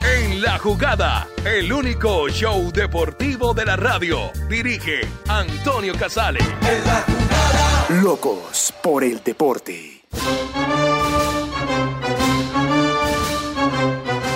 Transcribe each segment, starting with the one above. En La Jugada, el único show deportivo de la radio. Dirige Antonio Casale. Locos por el deporte.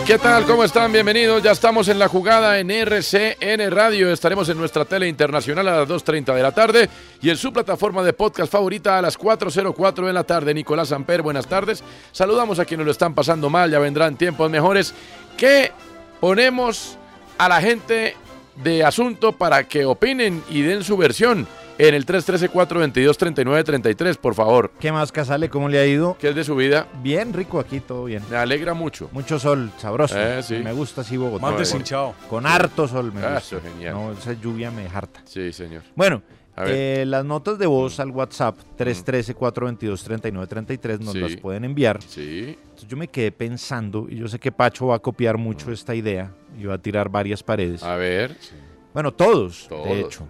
¿Qué tal? ¿Cómo están? Bienvenidos. Ya estamos en la jugada en RCN Radio. Estaremos en nuestra tele internacional a las 2.30 de la tarde y en su plataforma de podcast favorita a las 4.04 de la tarde. Nicolás Amper, buenas tardes. Saludamos a quienes lo están pasando mal. Ya vendrán tiempos mejores. ¿Qué ponemos a la gente de asunto para que opinen y den su versión en el 313-422-3933, por favor? ¿Qué más, Casale? ¿Cómo le ha ido? ¿Qué es de su vida? Bien rico aquí, todo bien. Me alegra mucho. Mucho sol, sabroso. Eh, sí. Me gusta así Bogotá. Más Con- deshinchado. Con harto sol me Ah, eso gusta. es genial. No, esa lluvia me harta. Sí, señor. Bueno, A ver. Mm. eh, las notas de voz al WhatsApp 313-422-3933 nos Sí. las pueden enviar. Sí. Entonces, yo me quedé pensando, y yo sé que Pacho va a copiar Mm. mucho esta idea y va a tirar varias paredes. A ver. Bueno, todos, Ah, Todos. de hecho.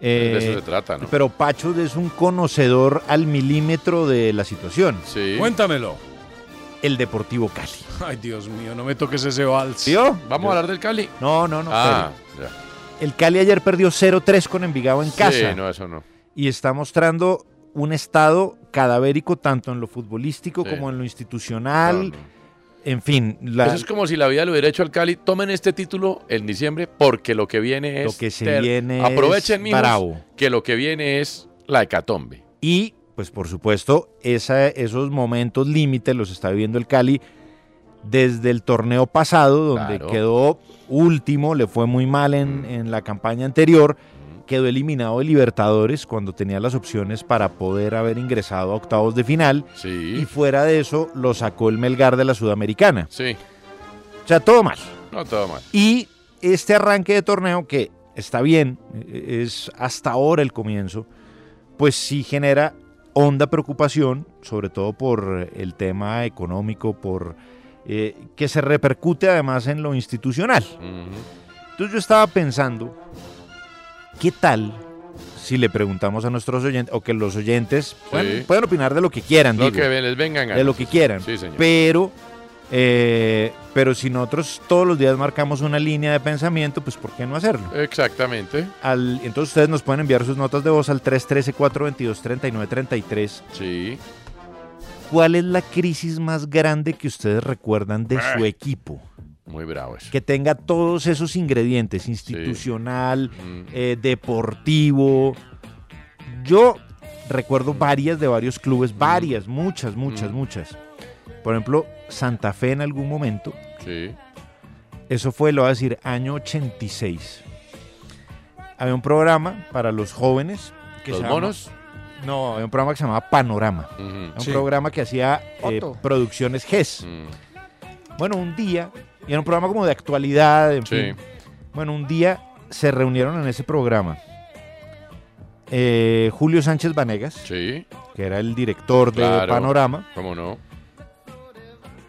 Eh, De eso se trata, ¿no? Pero Pacho es un conocedor al milímetro de la situación. Sí. Cuéntamelo. El Deportivo Cali. Ay, Dios mío, no me toques ese vals. ¿Vio? Vamos a hablar del Cali. No, no, no. Ah, serio. ya. El Cali ayer perdió 0-3 con Envigado en casa Sí, no, eso no. y está mostrando un estado cadavérico tanto en lo futbolístico Sí. como en lo No, institucional. no. En fin, la- Eso es como si la vida lo hubiera hecho al Cali. Tomen este título en diciembre porque lo que viene lo es. que se ter- viene Aprovechen, es mijos, bravo. que lo que viene es la hecatombe. Y, pues por supuesto, esa- esos momentos límites los está viviendo el Cali desde el torneo pasado, donde Claro. quedó último, le fue muy mal en, Mm. en la campaña anterior, quedó eliminado de Libertadores cuando tenía las opciones para poder haber ingresado a octavos de final. Y Sí, fuera de eso, lo sacó el Melgar de la Sudamericana. sí. O sea, todo mal. No todo mal. Y este arranque de torneo, que está bien, eh, es hasta ahora el comienzo, pues sí genera honda preocupación, sobre todo por el tema económico, por eh, que se repercute además en lo institucional. Ujú. Entonces yo estaba pensando, ¿qué tal si le preguntamos a nuestros oyentes, o que los oyentes pueden, pueden opinar de lo que quieran, Lo digo, que ven- les vengan ganas. de lo que quieran, Sí, señor. pero, eh, pero si nosotros todos los días marcamos una línea de pensamiento, pues ¿por qué no hacerlo? Exactamente. Al, entonces ustedes nos pueden enviar sus notas de voz al 313-422-3933. Sí. ¿Cuál es la crisis más grande que ustedes recuerdan de su equipo? Muy bravo eso. Que tenga todos esos ingredientes, institucional, Mm. eh, deportivo. Yo recuerdo varias de varios clubes, varias, muchas, muchas, Mm. muchas. Por ejemplo, Santa Fe en algún momento Sí. Eso fue, lo voy a decir, año 86. Había un programa para los jóvenes. Que ¿Los se llama- monos? No, había un programa que se llamaba Panorama. Era Ujú. un Sí. programa que hacía eh, producciones GES. Mm. Bueno, un día, y era un programa como de actualidad, en Sí. fin. Bueno, un día se reunieron en ese programa eh, Julio Sánchez Vanegas, Sí. que era el director de Claro. Panorama, ¿Cómo no?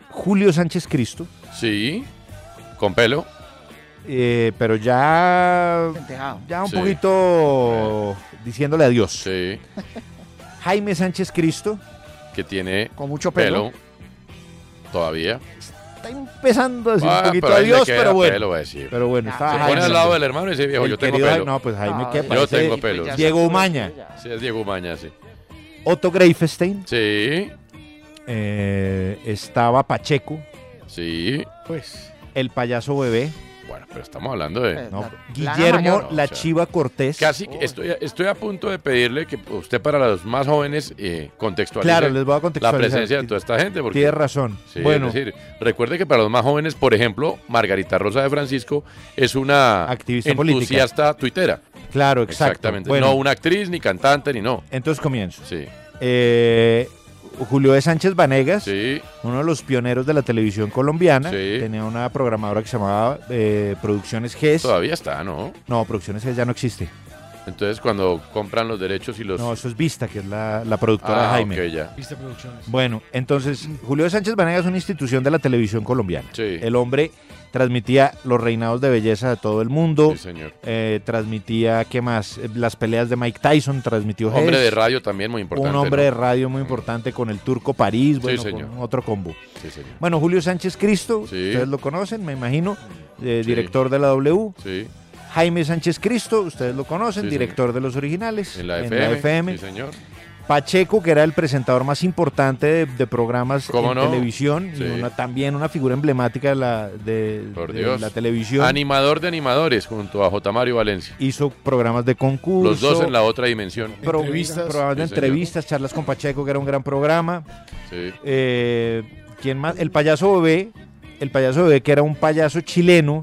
Julio Sánchez Cristo, Sí. Con pelo. eh, pero ya, ya un Sí. poquito diciéndole adiós. Sí. Jaime Sánchez Cristo Que tiene Con mucho pelo. pelo. Todavía. está empezando a decir Ah, un poquito pero ahí le adiós, queda pero bueno. pelo, va a decir. Pero bueno, Se está Se Ah, pone Jaime. al lado del hermano y dice, viejo, El yo tengo querido- pelo. No, pues Jaime, ¿qué Ay, Yo parece? tengo pelo. Ah, ya Diego se Umaña. fue, ya. Sí, es Diego Maña, sí. Otto Greifestein, Sí, eh, estaba Pacheco, Sí, Pues. el payaso bebé, bueno, pero estamos hablando de... La- ¿no? la Guillermo mayor. La O sea, Chiva Cortés. Casi que estoy, estoy a punto de pedirle que usted para los más jóvenes eh, contextualice Claro, les voy a la contextualizar. presencia de toda esta gente. Porque, Tienes razón. Sí, bueno, es decir, recuerde que para los más jóvenes, por ejemplo, Margarita Rosa de Francisco es una Activista política. entusiasta tuitera. claro, exacto. Exactamente. Bueno, No una actriz, ni cantante, ni no. Entonces comienzo. Sí, Eh, Julio de Sánchez Vanegas, sí, uno de los pioneros de la televisión colombiana, Sí. tenía una programadora que se llamaba eh, Producciones GES. todavía está, ¿no? No, Producciones GES ya no existe. Entonces, cuando compran los derechos y los... No, eso es Vista, que es la, la productora de ah, Jaime. ok, ya. Viste producciones. Bueno, entonces, Julio de Sánchez Vanegas es una institución de la televisión colombiana. Sí, El hombre transmitía los reinados de belleza de todo el mundo, sí, señor. eh, transmitía, ¿qué más? Eh, Las peleas de Mike Tyson, transmitió Hombre Hess, de radio también muy importante. un hombre de ¿no? radio muy importante con el Turco París, bueno, señor. con otro combo. Sí, señor. Bueno, Julio Sánchez Cristo, Sí. ustedes lo conocen, me imagino, eh, Sí. director de la W. Sí, Jaime Sánchez Cristo, ustedes lo conocen, Sí, director de los originales en la FM. Sí, señor. Pacheco, que era el presentador más importante de, de programas en ¿Cómo no? televisión, Sí. y una- también una figura emblemática de la, de- Por de Dios. la televisión. Animador de animadores junto a J. Mario Valencia. Hizo programas de concurso. Los dos en la otra dimensión. pro- Entrevistas. programas de Sí, señor. entrevistas, charlas con Pacheco, que era un gran programa. Sí. Eh, ¿Quién más? El payaso bebé. El payaso bebé, que era un payaso chileno,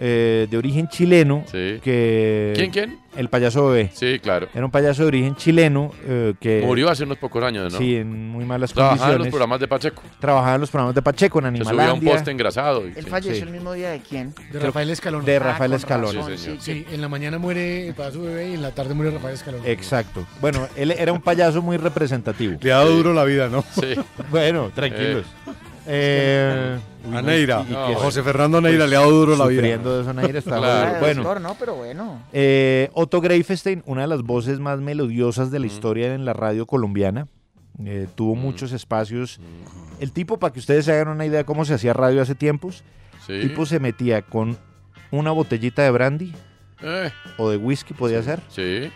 eh, de origen chileno. Sí. Que, ¿Quién, quién? El payaso bebé. Sí, claro. Era un payaso de origen chileno eh, que... Murió hace unos pocos años, ¿no? Sí, en muy malas Trabajaba en los condiciones. programas de Pacheco. Trabajaba en los programas de Pacheco, en Se subía a un Animalandia, poste engrasado. y- Él sí. falleció Sí. el mismo día de quién. Ah, De Rafael Escalón. de Rafael con Escalón. razón, Sí, señor. Sí, en la mañana muere el payaso bebé y en la tarde muere Rafael Escalón. Exacto. Bueno, él era un payaso muy representativo. Le ha dado duro la vida, ¿no? Sí. Bueno, tranquilos. Eh, A Neira. y- y No, que- pues A José Fernando Neira le ha dado duro la vida. sufriendo de eso, Nair, estaba Ah, Claro. duro. doctor, Bueno, no, pero bueno. eh, Otto Greifestein, una de las voces más melodiosas de la Mm. historia en la radio colombiana. eh, tuvo Mm. muchos espacios. El tipo, para que ustedes se hagan una idea de cómo se hacía radio hace tiempos, Sí. el tipo se metía con una botellita de brandy Eh, o de whisky, podía ser, sí.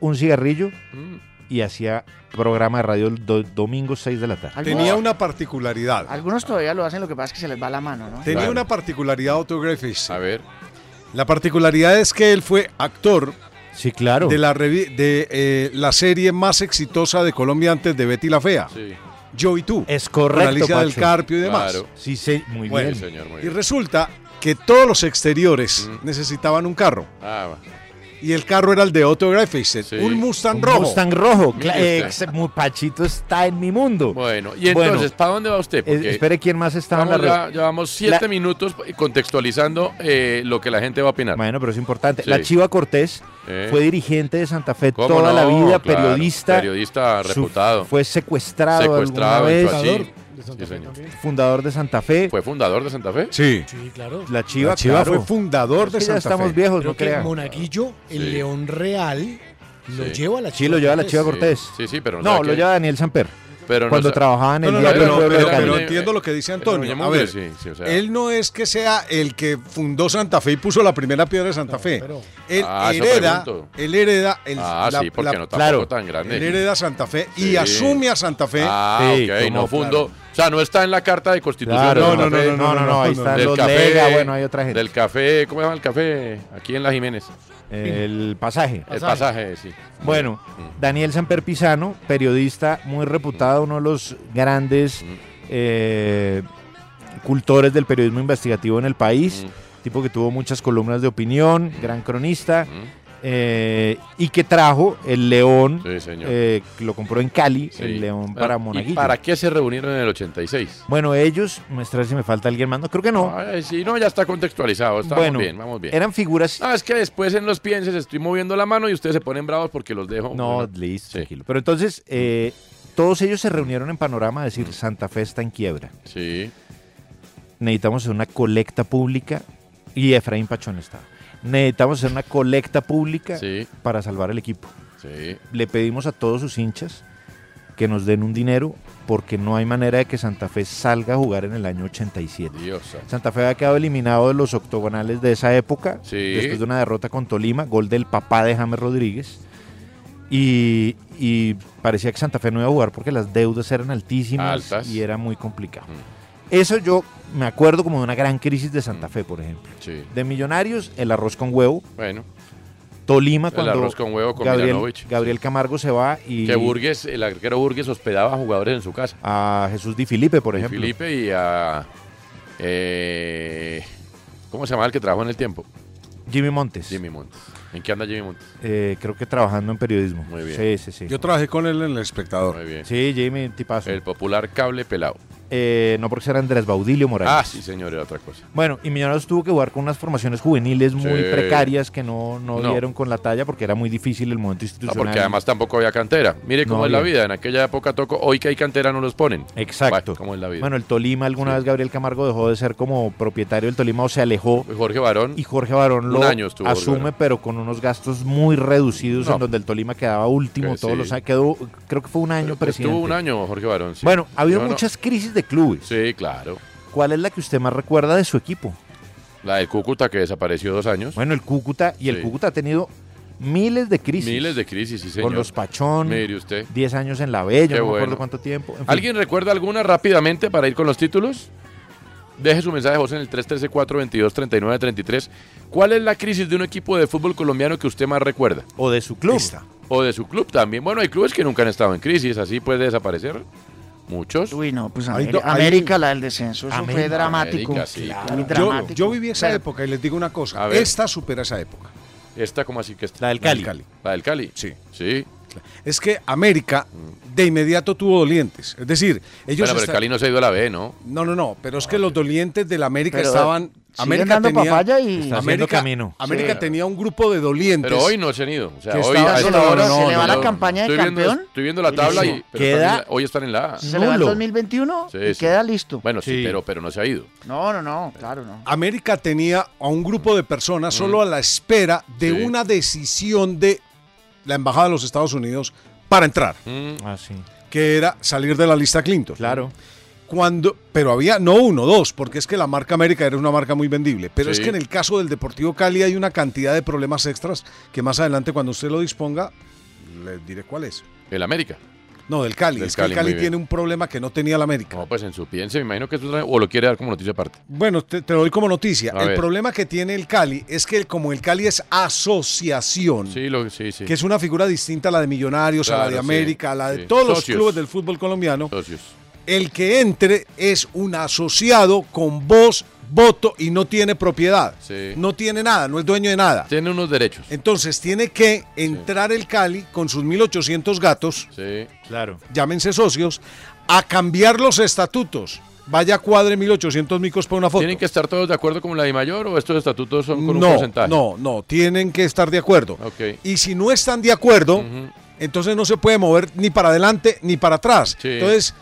un cigarrillo Mm. y hacía programa de radio el do- domingo 6 de la tarde. Algunos, Tenía una particularidad. algunos todavía lo hacen, lo que pasa es que se les va la mano, ¿no? Tenía Claro. una particularidad Otto Greyfish. A ver. La particularidad es que él fue actor Sí, claro. de la revi- de eh, la serie más exitosa de Colombia antes de Betty la Fea, Sí. Yo y tú, Es con correcto, Alicia del Pacho. Carpio y demás. Claro. Sí, sí, muy Bueno, Sí, bien. señor. Muy Y bien. resulta que todos los exteriores Mm. necesitaban un carro Ah, va. y el carro era el de Otto Greyfish, Sí. un Mustang Un rojo. Mustang rojo. cla- Mire eh, usted. ex- mu- Pachito está en mi mundo. Bueno, y Bueno. entonces, ¿para dónde va usted? Eh, Porque espere, ¿quién más estaba en vamos la red? ya, llevamos siete La- minutos contextualizando eh, lo que la gente va a opinar. Bueno, pero es importante. Sí. La Chiva Cortés Eh, fue dirigente de Santa Fe ¿cómo toda no? la vida, Claro, periodista. Periodista su- reputado. Fue secuestrado, Secuestrado, alguna vez. entró Fundador Sí, de Santa sí, Fe señor. también. Fundador de Santa Fe. ¿Fue fundador de Santa Fe? Sí. Sí, claro. La Chiva, La Chiva claro. fue fundador Es que de ya Santa estamos Fe. viejos, Creo no que crean. Monaguillo, el Sí. León Real, lo Sí. lleva a la Chiva Sí, lo lleva la Cortés. Chiva Cortés. Sí, sí, pero No, sabe lo que- lleva Daniel Samper. pero no cuando sa- trabajaba en No, el no, no, Diario pero, del Pueblo de pero- Cali. pero entiendo lo que dice Antonio. A Mundo, ver, sí, sí, o sea. él no es que sea el que fundó Santa Fe y puso la primera piedra de Santa No, Fe. pero- Él Ah, eso hereda, pregunto. él hereda, el- Ah, la- sí, porque la- no tampoco claro. tan grande. él hereda Santa Fe Sí. y asume a Santa Fe. Ah, Sí, ok, no como- fundó. O sea, no está en la carta de constitución. Claro, de no, Santa no, no, Fe, no, no, no, ahí no, están del los café, Lega, bueno, hay otra gente. Del café, ¿cómo se llama el café? Aquí en La Jiménez. El pasaje. El pasaje, sí. Mm. Bueno, Daniel Samper Pisano, periodista muy reputado, uno de los grandes Mm. eh, cultores del periodismo investigativo en el país, Mm. tipo que tuvo muchas columnas de opinión, gran cronista, Mm. eh, y que trajo el León, Sí, señor. eh, que lo compró en Cali, Sí. el León Bueno, para ¿Y Monaguillo. para qué se reunieron en el 86? Bueno, ellos, muestra si me falta alguien más, no creo que no. Ay, sí, no, ya está contextualizado. Estamos Bueno, bien, vamos bien. Eran figuras Ah, es que después en los pienses estoy moviendo la mano y ustedes se ponen bravos porque los dejo. No, Bueno, listo, sí. tranquilo. Pero entonces, eh, todos ellos se reunieron en Panorama a decir, Santa Fe está en quiebra. Sí, Necesitamos hacer una colecta pública. Y Efraín Pachón estaba. Necesitamos hacer una colecta pública sí, para salvar el equipo. sí. Le pedimos a todos sus hinchas que nos den un dinero porque no hay manera de que Santa Fe salga a jugar en el año 87. Dios. santo. Santa Fe había quedado eliminado de los octogonales de esa época, Sí. después de una derrota con Tolima, gol del papá de James Rodríguez. Y, y parecía que Santa Fe no iba a jugar porque las deudas eran altísimas Altas. y era muy complicado. Eso yo me acuerdo como de una gran crisis de Santa Fe, por ejemplo. De Millonarios, el arroz con huevo. Bueno. Tolima El cuando arroz con huevo con Gabriel, Milanovic, Gabriel Camargo se va y Que Burgues, el arquero Burgues hospedaba a jugadores en su casa. a Jesús Di Filipe, por Y ejemplo. Felipe y a... eh, ¿Cómo se llama el que trabajó en el tiempo? Jimmy Montes. Jimmy Montes. ¿En qué anda Jimmy Montes? Eh, creo que trabajando en periodismo. Muy bien. Sí, sí, sí. Yo trabajé con él en El Espectador. Muy bien. Sí, Jimmy, tipazo. El popular cable pelado. Eh, no porque era Andrés Baudilio Morales. Ah, sí, señor, era otra cosa. Bueno, y Millonarios tuvo que jugar con unas formaciones juveniles muy Sí. precarias que no, no, No. dieron con la talla porque era muy difícil el momento No, institucional. Ah, porque además tampoco había cantera. Mire cómo No es la había. vida. En aquella época tocó. Hoy que hay cantera no los ponen. Exacto. Bueno, cómo es la vida. Bueno, el Tolima, alguna vez Gabriel Camargo dejó de ser como propietario del Tolima o se alejó. Jorge Barón. Y Jorge Barón Un lo año estuvo Jorge asume, Barón. pero con unos gastos muy reducidos, No. en donde el Tolima quedaba último Que todos sí. los años. Quedó, creo que fue un año presidente. pues, Estuvo un año Jorge Barón. sí. Bueno, ha habido Yo no- muchas crisis de clubes. Sí, claro. ¿Cuál es la que usted más recuerda de su equipo? La del Cúcuta que desapareció dos años. Bueno, el Cúcuta, y el Sí. Cúcuta ha tenido miles de crisis. Miles de crisis, sí, señor. Con los Pachón, Mire usted. 10 años en La Bella, Qué no me bueno. acuerdo cuánto tiempo. en fin. ¿Alguien recuerda alguna rápidamente para ir con los títulos? Deje su mensaje de voz en el 313-422-3933. ¿Cuál es la crisis de un equipo de fútbol colombiano que usted más recuerda? O de su club. O de su club también. Bueno, hay clubes que nunca han estado en crisis, así puede desaparecer. Muchos. Uy, no, pues Hay Ameri- do- hay- América, la del descenso, eso fue América, dramático. América, sí, claro. Muy Yo, dramático. yo viví esa Pero- época y les digo una A cosa. ver. Esta supera esa época. Esta, como así que esta? La del Cali. La del Cali. Sí. Sí. Es que América de inmediato tuvo dolientes. Es decir, ellos. bueno, pero el esta- Cali no se ha ido a la B, ¿no? No, no, no, pero es que los dolientes del América Ah, pero eh, estaban. siguen América dando tenía, papaya y- Está haciendo América, camino. América Sí. tenía un grupo de dolientes. Pero hoy no se han ido. O sea, Que hoy estaba- a no, esta no, hora- no, no, se se le va no, la no. campaña de Estoy viendo- campeón. Estoy viendo la tabla y Queda- pero están en la- hoy están en la A. Se le va el Nulo. 2021 Sí, y sí. queda listo. Bueno, sí, Sí. pero, pero no se ha ido. No, no, no, claro, no. América tenía a un grupo de personas solo a la espera de Sí. una decisión de la Embajada de los Estados Unidos para entrar, Mm, Ah, sí. que era salir de la lista Clinton. Claro. Cuando, pero había no uno, dos, porque es que la marca América era una marca muy vendible. Pero es Sí. que en el caso del Deportivo Cali hay una cantidad de problemas extras que más adelante cuando usted lo disponga le diré Eh, cuál es. el América. No, del Cali. Del es que el Cali, Cali muy bien. tiene un problema que no tenía el América. No, pues en su piense, me imagino que es otra- o lo quiere dar como noticia aparte. Bueno, te, te lo doy como noticia. A el ver. problema que tiene el Cali es que el- como el Cali es asociación, Sí, lo, sí, sí. que es una figura distinta a la de Millonarios, a la Claro, de sí, América, a la de sí. todos los Socios. clubes del fútbol colombiano, Socios. el que entre es un asociado con voz, voto y no tiene propiedad. Sí. No tiene nada, no es dueño de nada. Tiene unos derechos. Entonces tiene que entrar el Cali con sus 1.800 gatos, Sí. Claro. llámense socios, a cambiar los estatutos. Vaya cuadre 1.800 micos por una foto. ¿Tienen que estar todos de acuerdo con la de mayor o estos estatutos son con no, un porcentaje? No, no, tienen que estar de acuerdo. Ok. Y si no están de acuerdo, Ujú. entonces no se puede mover ni para adelante ni para atrás. Sí. Entonces,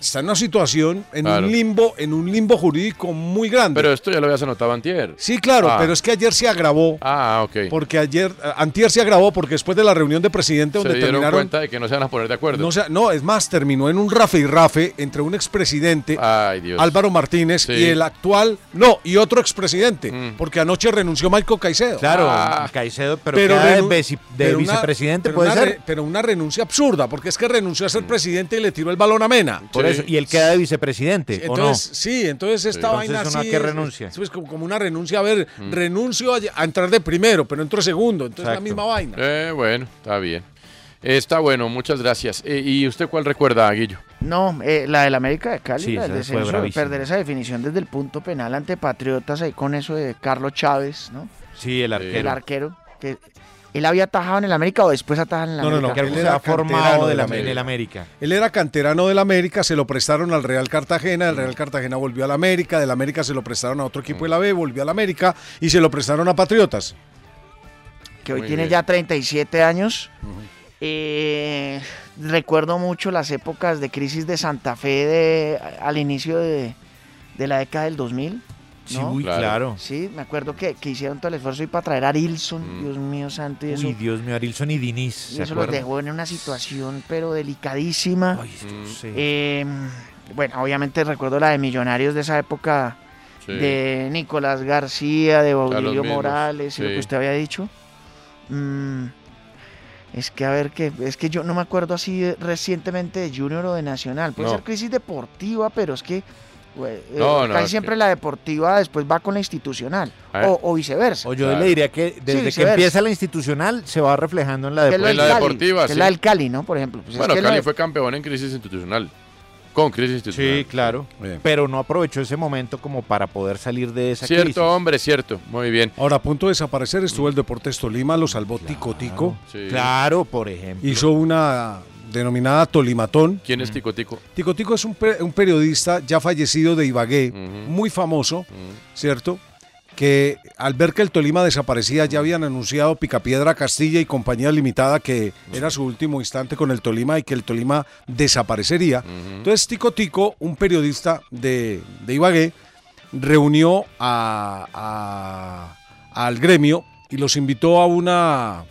está en una situación, en Claro. un limbo, en un limbo jurídico muy grande. Pero esto ya lo habías anotado antier. sí, claro, Ah. pero es que ayer se agravó. Ah, ok. Porque ayer, eh, antier se agravó porque después de la reunión de presidente Se donde dieron terminaron... cuenta de que no se van a poner de acuerdo. No, sea- no, es más, terminó en un rafe y rafe entre un expresidente, Ay, Dios. Álvaro Martínez, Sí. y el actual, no, y otro expresidente, Mm. porque anoche renunció Michael Caicedo. Claro, Ah. Caicedo, pero, pero queda de, renu- vici- de pero una- vicepresidente pero puede una ser. re- pero una renuncia absurda, porque es que renunció a ser presidente y le tiró el balón a Mena. Por Mm. Sí. eso. Y él queda de vicepresidente, ¿o no? Entonces, sí, entonces esta Entonces vaina uno a así qué es- renuncia. es pues, como, como una renuncia, a ver, Mm. renuncio a, a entrar de primero, pero entro segundo, entonces la Exacto. misma vaina. Eh, bueno, está bien. Está bueno, muchas gracias. Eh, ¿Y usted cuál recuerda, Guillo? No, eh, la del América de Cali, Sí, la del esa fue descenso, bravísima. perder esa definición desde el punto penal ante Patriotas, ahí con eso de Carlos Chávez, ¿no? sí, el El arquero. arquero, que él había atajado en el América o después ataja en el No, no, América. no, Que Él se era ha canterano formado de la- del en el América. América. Él era canterano del América, se lo prestaron al Real Cartagena, Mm. el Real Cartagena volvió al América, del América se lo prestaron a otro equipo de la B, volvió al América y se lo prestaron a Patriotas. que hoy Muy tiene bien. ya 37 años. Eh, recuerdo mucho las épocas de crisis de Santa Fe de, al inicio de, de la década del 2000. Sí, ¿no? uy, Claro. claro. Sí, me acuerdo que, que hicieron todo el esfuerzo y para traer a Arilson, Mm. Dios mío santo, y eso, Uy, Dios mío, Arilson y Diniz. y ¿se eso los acuerdan? dejó en una situación pero delicadísima. Ay, sí. Eh, bueno, obviamente recuerdo la de Millonarios de esa época Sí. de Nicolás García, de Baudilio mismos, Morales y lo sí. que usted había dicho. Mm, Es que a ver que es que yo no me acuerdo así de- recientemente de Junior o de Nacional. Puede No. ser crisis deportiva, pero es que güey, eh, No, no, casi es siempre la deportiva después va con la institucional A ver. o, o viceversa. O yo le diría que Sí, desde que viceversa. empieza la institucional se va reflejando en la Que es lo deportiva. del la Cali, que deportiva, es sí. la del Cali, ¿no? Por ejemplo. Pues es bueno, que lo Cali de- fue campeón en crisis institucional. Con crisis institucional. Sí, claro. Pero no aprovechó ese momento como para poder salir de esa Cierto, crisis. hombre, cierto. Muy bien. Ahora, a punto de desaparecer estuvo el Deportes Tolima, lo salvó Tico Tico. Sí. Claro, por ejemplo. Mm. Hizo una denominada Tolimatón. ¿Quién es Tico Tico? Tico Tico es un, pe- un periodista ya fallecido de Ibagué, muy famoso, Mm, ¿cierto? Que al ver que el Tolima desaparecía, ya habían anunciado Picapiedra Castilla y Compañía Limitada que era su último instante con el Tolima y que el Tolima desaparecería. Entonces, Tico Tico, un periodista de, de Ibagué, reunió a- a- al gremio y los invitó a una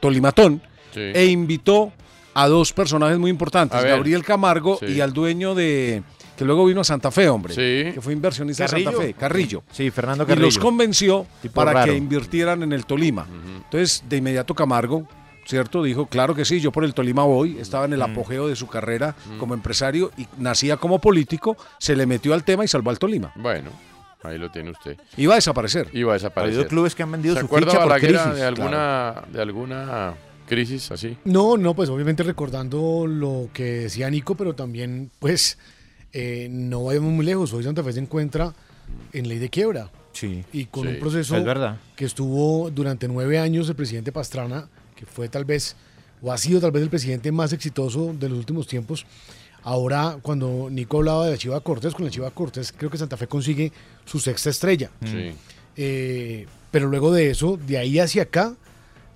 Tolimatón Sí. e invitó a dos personajes muy importantes, A ver. Gabriel Camargo Sí. y al dueño de que luego vino a Santa Fe, hombre, Sí. que fue inversionista de Santa Fe, Carrillo. Sí, Fernando Y Carrillo. los convenció Tipo para raro. que invirtieran en el Tolima. Entonces, de inmediato Camargo, ¿cierto? Dijo, claro que sí, yo por el Tolima voy, estaba en el apogeo de su carrera como empresario y nacía como político, se le metió al tema y salvó al Tolima. Bueno, ahí lo tiene usted. Iba a desaparecer. Iba a ha habido desaparecer. clubes que han vendido ¿Se su acuerda ficha por Balaguera crisis. de alguna de alguna crisis así? No, no, pues obviamente recordando lo que decía Nico, pero también, pues, eh, no vayamos muy lejos. Hoy Santa Fe se encuentra en ley de quiebra Sí. y con Sí, un proceso es verdad. que estuvo durante nueve años el presidente Pastrana, que fue tal vez, o ha sido tal vez el presidente más exitoso de los últimos tiempos. Ahora, cuando Nico hablaba de la Chiva Cortés, con la Chiva Cortés creo que Santa Fe consigue su sexta estrella. Sí. Eh, pero luego de eso, de ahí hacia acá,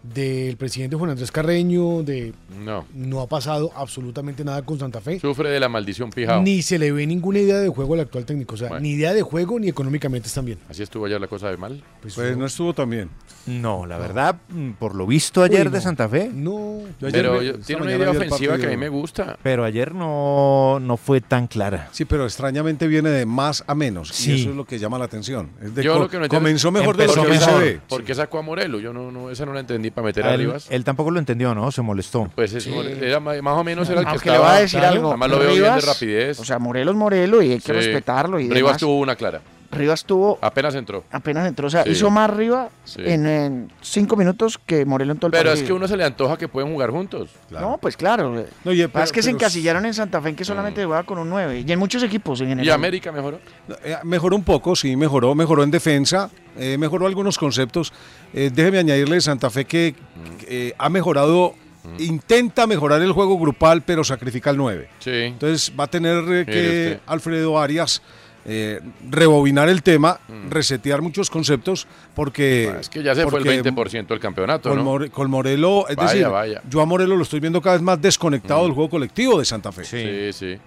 del presidente Juan Andrés Carreño, de No. no ha pasado absolutamente nada con Santa Fe. Sufre de la maldición pijao. Ni se le ve ninguna idea de juego al actual técnico. O sea, Bueno. ni idea de juego ni económicamente están bien. Así estuvo ayer la cosa de mal. Pues, Pues no- no estuvo tan bien. No, la verdad, mm, por lo visto ayer Uy, de no. Santa Fe. No. Yo ayer Pero me- yo- esta tiene una mañana idea vi el ofensiva que a partido. mí me gusta. Pero ayer no, no fue tan clara. Sí, pero extrañamente viene de más a menos. Sí. Y eso es lo que llama la atención. Es de Yo co- lo que no entiendo comenzó mejor de lo que Empezó hoy se mejor. ve. ¿Por qué sacó a Morelo? Yo no, no esa no la entendí para meter A a Ah, él, Rivas. él tampoco lo entendió, ¿no? Se molestó. Pues es More- era ma- más o menos era el que Aunque estaba. le va a decir algo. Además lo veo bien de Rivas, rapidez. O sea, Morelos Morelo y hay que Sí. respetarlo. Y Rivas demás. tuvo una clara. Rivas tuvo Apenas entró. apenas entró, o sea, Sí. hizo más arriba Sí. en, en cinco minutos que Morelo en todo el Pero es partido. que uno se le antoja que pueden jugar juntos. No, pues claro. No, y- Pasa pero- es que se pero- encasillaron en Santa Fe en que solamente jugaba con un 9. Y en muchos equipos en general. Mm. Y América mejoró. Eh, Mejoró un poco, sí, mejoró, mejoró en defensa, eh, mejoró algunos conceptos. Eh, déjeme añadirle de Santa Fe que eh, ha mejorado, intenta mejorar el juego grupal, pero sacrifica el 9. Sí. Entonces va a tener eh, Mire que usted. Alfredo Arias eh, rebobinar el tema, resetear muchos conceptos, porque... Ah, Es que ya se fue el porque 20% del campeonato, Con, ¿no? More- con Morelo, es Vaya, decir, vaya. Mm. yo a Morelo lo estoy viendo cada vez más desconectado del juego colectivo de Santa Fe. Sí, sí.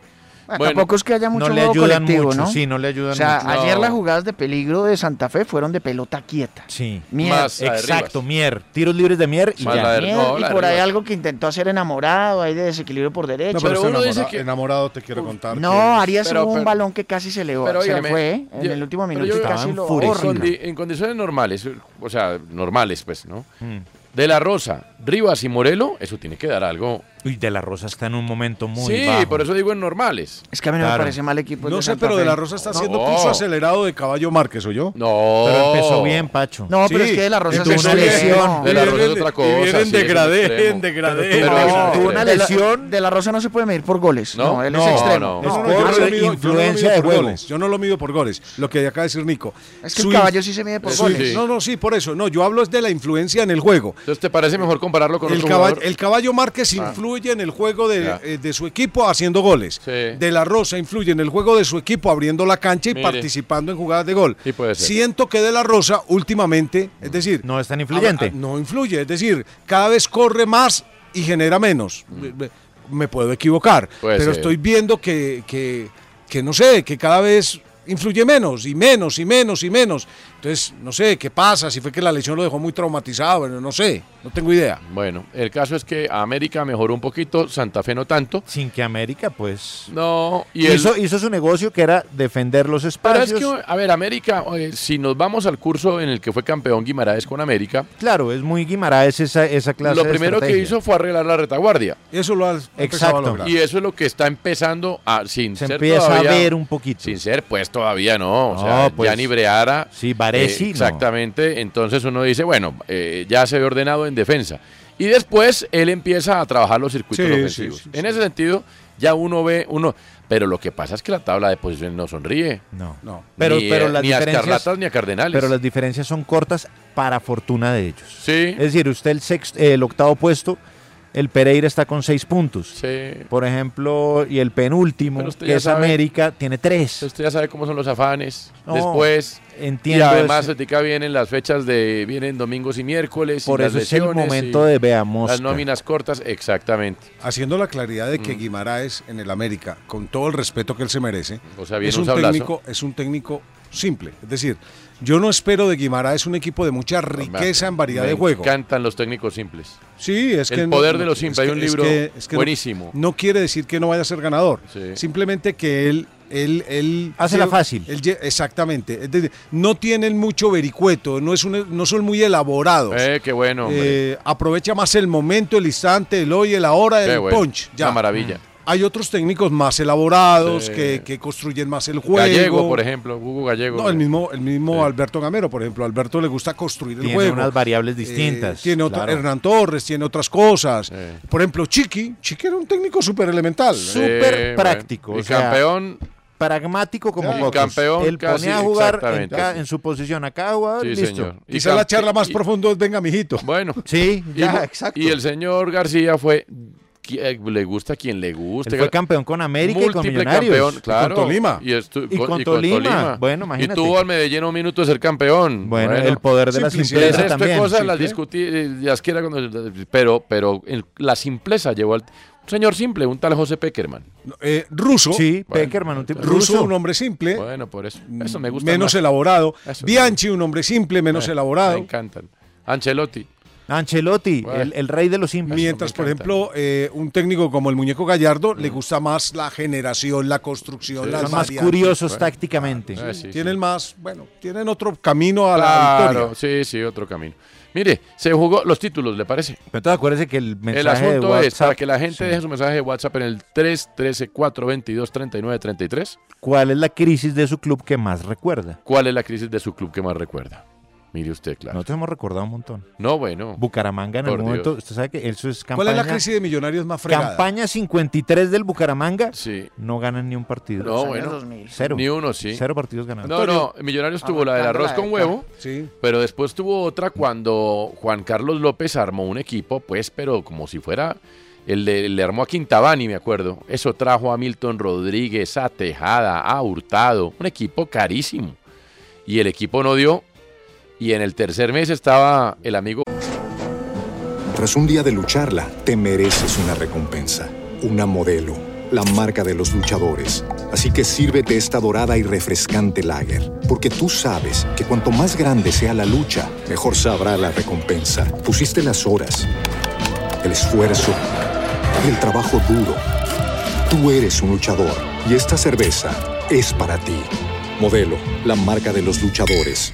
Bueno, Bueno. tampoco es que haya mucho No le juego ayudan colectivo, mucho, ¿no? sí, no le ayudan o sea, mucho. ayer No. las jugadas de peligro de Santa Fe fueron de pelota quieta. Sí. Mier, Más la de Exacto, Rivas. Mier. Tiros libres de Mier y Más ya. la de- Mier, no, y la de por ahí Rivas. algo que intentó hacer enamorado, ahí de desequilibrio por No, derecha. pero, Pero este uno dice enamorado, que- enamorado te quiero contar. no, que- Arias pero- hubo un pero- balón que casi se le, pero se le óigame, fue ¿eh? en yo- el último pero minuto y yo- casi Estaban lo En furiosos. ahorca. Horrible. condi- en condiciones normales, o sea, normales, pues, ¿no? Mm. De la Rosa, Rivas y Morelo, eso tiene que dar algo. Uy, De La Rosa está en un momento muy sí, bajo. por eso digo en normales. Es que a mí no me Claro. parece mal equipo. el No de sé, Santa pero Fe. De La Rosa está haciendo No. pulso acelerado de caballo Márquez, ¿o yo. Oh. No. Pero empezó bien, Pacho. No, pero Sí, es que De La Rosa tuvo se una lesionó. lesión. De la Rosa es otra cosa, Y vienen sí, es un degradé, extremo. en degradé. Pero tuvo una- tuvo una De la- lesión. De La Rosa no se puede medir por goles. No, No, él no, es extremo. no. No, no, Es yo no por lo mido- yo no lo influencia mido de por juego. goles. Yo no lo mido por goles. Lo que acaba de decir Nico. Es que Su el in- caballo sí se mide por Sí. goles. su- No, no, sí, por eso. No, yo hablo es de la influencia en el juego. Entonces, ¿te parece mejor compararlo con El otro caballo, jugador? Ah. el caballo Márquez influye en el juego de, Ya. eh, de su equipo haciendo goles. Sí. De la Rosa influye en el juego de su equipo abriendo la cancha y Mire. participando en jugadas de gol. Sí, puede ser. Siento que de la Rosa últimamente, es decir, No es tan influyente. Ah, ah, no influye, es decir, cada vez corre más y genera menos. Me- me- Me puedo equivocar, Mm. Puede pero ser. estoy viendo que, que, que no sé, que cada vez influye menos y menos y menos y menos. Entonces, no sé qué pasa, si fue que la lesión lo dejó muy traumatizado, bueno, no sé, no tengo idea. Bueno, el caso es que América mejoró un poquito, Santa Fe no tanto. Sin que América, pues. No, y el- hizo, hizo su negocio que era defender los Pero espacios. es que, a ver, América, eh, si nos vamos al curso en el que fue campeón Guimaraes con América, Claro, es muy Guimaraes esa, esa clase lo de primero que estrategia. hizo fue arreglar la retaguardia. Eso lo ha empezado a lograr. Y eso es lo que está empezando a, sin Se ser empieza a todavía- ver un poquito. Sin ser, pues todavía no. O No, sea, pues, Gianni Breara. eh, sí, Baresi, no. Exactamente. Entonces uno dice, bueno, eh, ya se ve ordenado en defensa. Y después él empieza a trabajar los circuitos Sí, ofensivos. sí, sí, en ese sentido, ya uno ve, uno. Pero lo que pasa es que la tabla de posiciones no sonríe. No. No. Pero, Ni, pero eh, las ni a diferencias- Escarlatas ni a Cardenales. Pero las diferencias son cortas para fortuna de ellos. Sí. Es decir, usted el, sexto, eh, el octavo puesto, el Pereira está con seis puntos. Sí. Por ejemplo, y el penúltimo, Pero usted que ya es sabe. América, tiene tres. Usted ya sabe cómo son los afanes. No, Después. entiendo Y además, eso. ahorita vienen las fechas de. Vienen domingos y miércoles. y Por las eso es el lesiones momento y de veamos. Las nóminas cortas, exactamente. Haciendo la claridad de que Mm. Guimaraes en el América, con todo el respeto que él se merece, O sea, viene es un un sablazo. técnico, es un técnico simple. Es decir, yo no espero de Guimaraes un equipo de mucha riqueza en variedad Me de juego. encantan los técnicos simples. Sí, es El que poder no- de lo simple. Hay es un que- es libro que- es que no- buenísimo. No, quiere decir que no vaya a ser ganador. Sí. Simplemente que él, él, él Hace la fácil. él lle- exactamente. Es decir, no tienen mucho vericueto, no es un- no son muy elaborados. Eh, qué bueno, hombre. Eh, aprovecha más el momento, el instante, el hoy, el ahora, Qué el bueno. punch. Ya. Mm. Una maravilla. Hay otros técnicos más elaborados Sí. que, que construyen más el juego. Gallego, por ejemplo. Hugo Gallego. No, el mismo, el mismo Sí. Alberto Gamero, por ejemplo. A Alberto le gusta construir el Tiene juego. Eh, unas variables distintas, tiene otro- claro. Hernán Torres, tiene otras cosas. Sí. Por ejemplo, Chiqui. Chiqui era un técnico súper elemental. Sí, bueno. súper práctico, Y o sea, campeón. Pragmático como Sí, pocos. campeón Él casi, ponía a jugar en, exactamente. ca- en su posición a cada jugador Sí, y listo. señor. Y Quizá la campe- charla más y- profunda es Venga, mijito. Bueno. Sí, Y- ya, exacto. Y el señor García fue. qui- eh, Le gusta a quien le gusta. Él fue campeón con América y con Múltiple Millonarios. campeón, claro. Tolima. Y, estu- Y con Tolima. Bueno, imagínate. Y tuvo al Medellín un minuto de ser campeón. Bueno, el poder de la Simplicidad. El simpleza resto de también. cosas Sí, las claro. discutí, eh, las quiera cuando. Pero, pero el- la simpleza llevó al. Un señor simple, un tal José Peckerman. Eh, ruso. Sí, Bueno, Peckerman, un tipo ruso. ruso. un hombre simple. Bueno, por eso. Eso me gusta. menos más. elaborado. Eso. Bianchi, un hombre simple, menos Eh, elaborado. Me encantan. Ancelotti. Ancelotti, Bueno. el, el rey de los simples. Mientras, me por encanta. Mm. ejemplo, eh, un técnico como el muñeco Gallardo le gusta más la generación, la construcción, las Son más variantes. curiosos Bueno. tácticamente. Ah, sí, tienen sí. más, bueno, tienen otro camino a la Claro, sí, victoria. sí, otro camino. Mire, se jugó los títulos, ¿le parece? Pero entonces acuérdese que el mensaje El asunto de WhatsApp, es para que la gente sí. deje su mensaje de WhatsApp en el 313-422-3933. ¿Cuál es la crisis de su club que más recuerda? ¿Cuál es la crisis de su club que más recuerda? Mire usted, claro. Nosotros hemos recordado un montón. No, bueno. Bucaramanga en Por el momento, Dios. usted sabe que eso es ¿Cuál campaña. es la crisis de millonarios más fregada? Campaña 53 del Bucaramanga, Sí. no ganan ni un partido. No, Años bueno. 2000. Cero. Ni uno, sí. Cero partidos ganados. No, no, Ah, Millonarios tuvo la del Arrancando arroz la con de- huevo, Sí. pero después tuvo otra cuando Juan Carlos López armó un equipo, pues, pero como si fuera. El de, le armó a Quintabani, me acuerdo. Eso trajo a Milton Rodríguez, a Tejada, a Hurtado. Un equipo carísimo. Y el equipo no dio. Y en el tercer mes estaba el amigo Tras un día de lucharla, te mereces una recompensa, una modelo, la marca de los luchadores. Así que sírvete esta dorada y refrescante lager, porque tú sabes que cuanto más grande sea la lucha, mejor sabrá la recompensa. Pusiste las horas, el esfuerzo, el trabajo duro. Tú eres un luchador y esta cerveza es para ti. Modelo, la marca de los luchadores.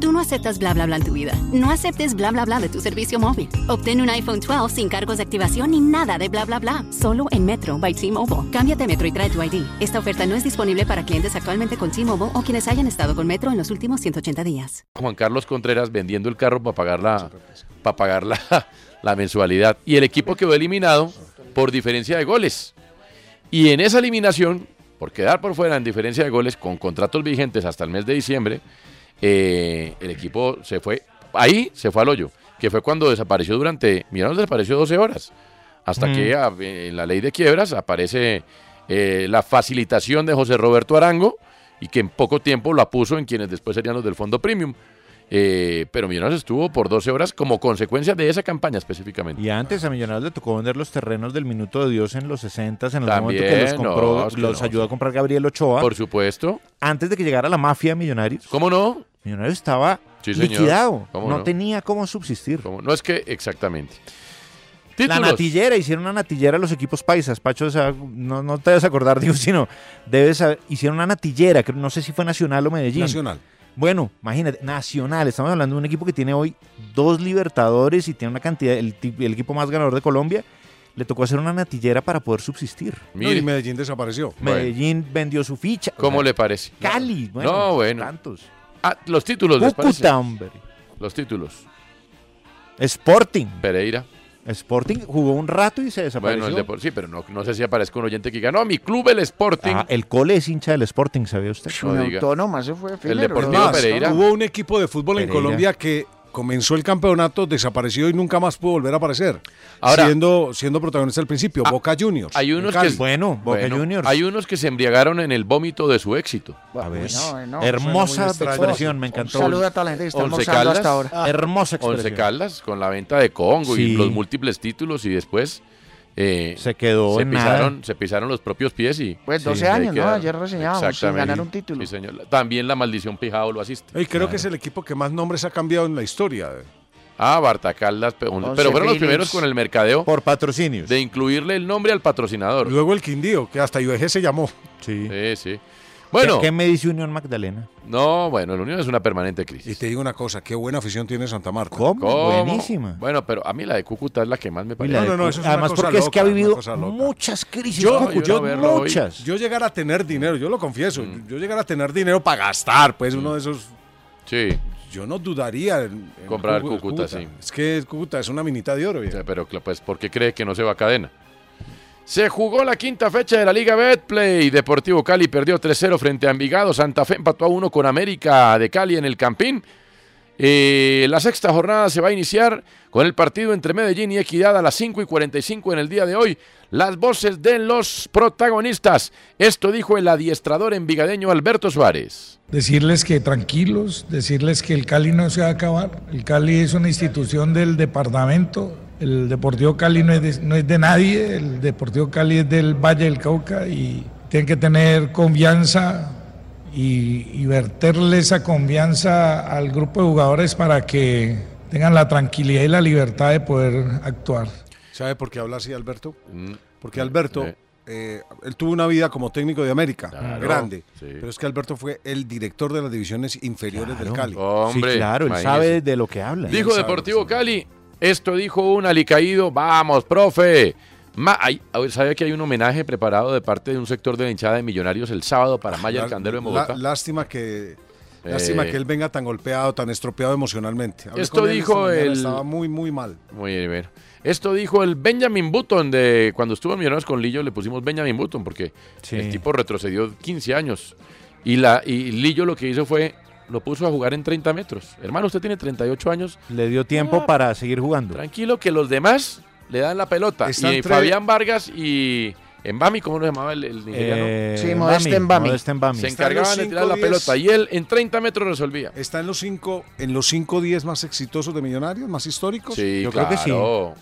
Tú no aceptas bla bla bla en tu vida. No aceptes bla bla bla de tu servicio móvil. Obtén un iPhone 12 sin cargos de activación ni nada de bla bla bla. Solo en Metro by T-Mobile. Cámbiate a Metro y trae tu ID. Esta oferta no es disponible para clientes actualmente con T-Mobile o quienes hayan estado con Metro en los últimos 180 días. Juan Carlos Contreras vendiendo el carro para pagar la, para pagar la, la mensualidad. Y el equipo quedó eliminado por diferencia de goles. Y en esa eliminación, por quedar por fuera en diferencia de goles, con contratos vigentes hasta el mes de diciembre, eh, el equipo se fue, ahí se fue al hoyo, que fue cuando desapareció durante, Millonarios desapareció 12 horas, hasta que a- en la ley de quiebras aparece eh, la facilitación de José Roberto Arango y que en poco tiempo la puso en quienes después serían los del Fondo Premium. Eh, pero Millonarios estuvo por 12 horas como consecuencia de esa campaña específicamente. Y antes a Millonarios le tocó vender los terrenos del Minuto de Dios en los 60, en los También, momentos que los compró, no, es que los no. ayudó a comprar Gabriel Ochoa. Por supuesto. Antes de que llegara la mafia de Millonarios. ¿Cómo no? Millonarios estaba Sí, señor. liquidado. ¿Cómo no, no? tenía cómo subsistir. ¿Cómo? No es que exactamente. La Títulos. natillera, hicieron una natillera a los equipos paisas, Pacho, o sea, no, no te debes acordar, digo, sino debes saber, hicieron una natillera, que no sé si fue Nacional o Medellín. Nacional. Bueno, imagínate, Nacional, estamos hablando de un equipo que tiene hoy dos libertadores y tiene una cantidad, el, ti- el equipo más ganador de Colombia, le tocó hacer una natillera para poder subsistir. No, y Medellín desapareció. Medellín vendió su ficha. o ¿Cómo sea, le parece? Cali, bueno, no, bueno. tantos. Ah, los títulos, ¿les parece? Cúcuta, hombre. Los títulos. Sporting. Pereira. Sporting jugó un rato y se desapareció. Bueno, el Depor- sí, pero no, no sé si aparezca un oyente que diga, no, mi club, el Sporting. Ah, el cole es hincha del Sporting, ¿sabía usted? No diga. Autónoma, se fue. El Filler, Deportivo ¿no? Más, Pereira. Hubo un equipo de fútbol en Pereira. Colombia que comenzó el campeonato, desapareció y nunca más pudo volver a aparecer. Ahora- ah, siendo, siendo protagonista al principio, Boca Juniors. Hay en unos Cali. que Bueno, Boca bueno, Juniors. Hay unos que se embriagaron en el vómito de su éxito. A ver. Bueno, no, Hermosa suena muy expresión, me encantó. Ah, Un saludo a toda la gente que está Once almorzando Caldas. hasta ahora. Hermosa Once expresión. Caldas con la venta de Congo Sí. y los múltiples títulos y después eh, Se quedó se en nada. pisaron, se pisaron los propios pies y Pues y 12 ahí años, ¿no? quedaron. Ayer reseñábamos sin Exactamente. ganar un título. Sí, señor. También la maldición Pijao lo asiste. Y creo que es el equipo que más nombres ha cambiado en la historia. Ah, Bartacaldas, pero, Once pero fueron los Phillips. primeros con el mercadeo Por patrocinios. de incluirle el nombre al patrocinador. Luego el Quindío, que hasta IOG se llamó. Sí. Sí, sí. Bueno, ¿Qué, qué me dice Unión Magdalena? no, bueno, la Unión es una permanente crisis. Y te digo una cosa, qué buena afición tiene Santa Marta. ¿Cómo? ¿Cómo? Buenísima. Bueno, pero a mí la de Cúcuta es la que más me Y parece. la No, de Ah, no, no, Cu- eso es una Además, cosa porque es que ha loca, una vivido cosa loca. muchas crisis. Yo- Cucu, yo yo verlo hoy- Mm. muchas. Yo llegar a tener dinero, yo lo confieso, yo llegar a tener dinero para gastar, pues uno de esos, Sí, yo no dudaría en, en Comprar Cúcu- Cúcuta, sí. Es que Cúcuta es una minita de oro. viejo. o sea, pero cl- pues, ¿por qué cree que no se va a cadena? Se jugó la quinta fecha de la Liga Betplay. Deportivo Cali perdió 3-0 frente a Envigado. Santa Fe empató a 1 con América de Cali en el Campín. Eh, la sexta jornada se va a iniciar con el partido entre Medellín y Equidad a las 5 y 45 en el día de hoy. Las voces de los protagonistas. Esto dijo el adiestrador envigadeño Alberto Suárez. Decirles que tranquilos, decirles que el Cali no se va a acabar. El Cali es una institución del departamento. El Deportivo Cali no es de, no es de nadie. El Deportivo Cali es del Valle del Cauca y tienen que tener confianza y, y verterle esa confianza al grupo de jugadores para que tengan la tranquilidad y la libertad de poder actuar. ¿Sabe por qué habla así Alberto? Mm, Porque Alberto, Eh. eh, él tuvo una vida como técnico de América, Claro, grande. sí. Pero es que Alberto fue el director de las divisiones inferiores del Cali. Hombre, sí, claro, él imagínese. sabe de lo que habla. Di- Dijo sabe, Deportivo sí. Cali, esto dijo un alicaído, vamos, profe. Ma- hay- a ver, ¿Sabe que hay un homenaje preparado de parte de un sector de la hinchada de millonarios el sábado Ah, para Maya La- el Candelo de la- Bogotá? lástima que lástima Eh. que él venga tan golpeado, tan estropeado emocionalmente. Hablé Esto con él dijo esta mañana, el- Estaba muy, muy mal. Muy bien, bien. Esto dijo el Benjamin Button de cuando estuvo en Millonarios con Lillo le pusimos Benjamin Button porque Sí. el tipo retrocedió 15 años y la y Lillo lo que hizo fue lo puso a jugar en 30 metros. Hermano, usted tiene 38 años, Le dio tiempo para seguir jugando. tranquilo que los demás le dan la pelota. Está y entre- Fabián Vargas y Embami, ¿cómo lo llamaba el, el nigeriano? Eh, Sí, Modesto Mbami. Modesto Mbami. Se Está en encargaban los de tirar la 5-10. pelota y él en 30 metros resolvía. Está en los cinco, en los cinco días más exitosos de Millonarios, más históricos. Sí, yo creo claro. que sí.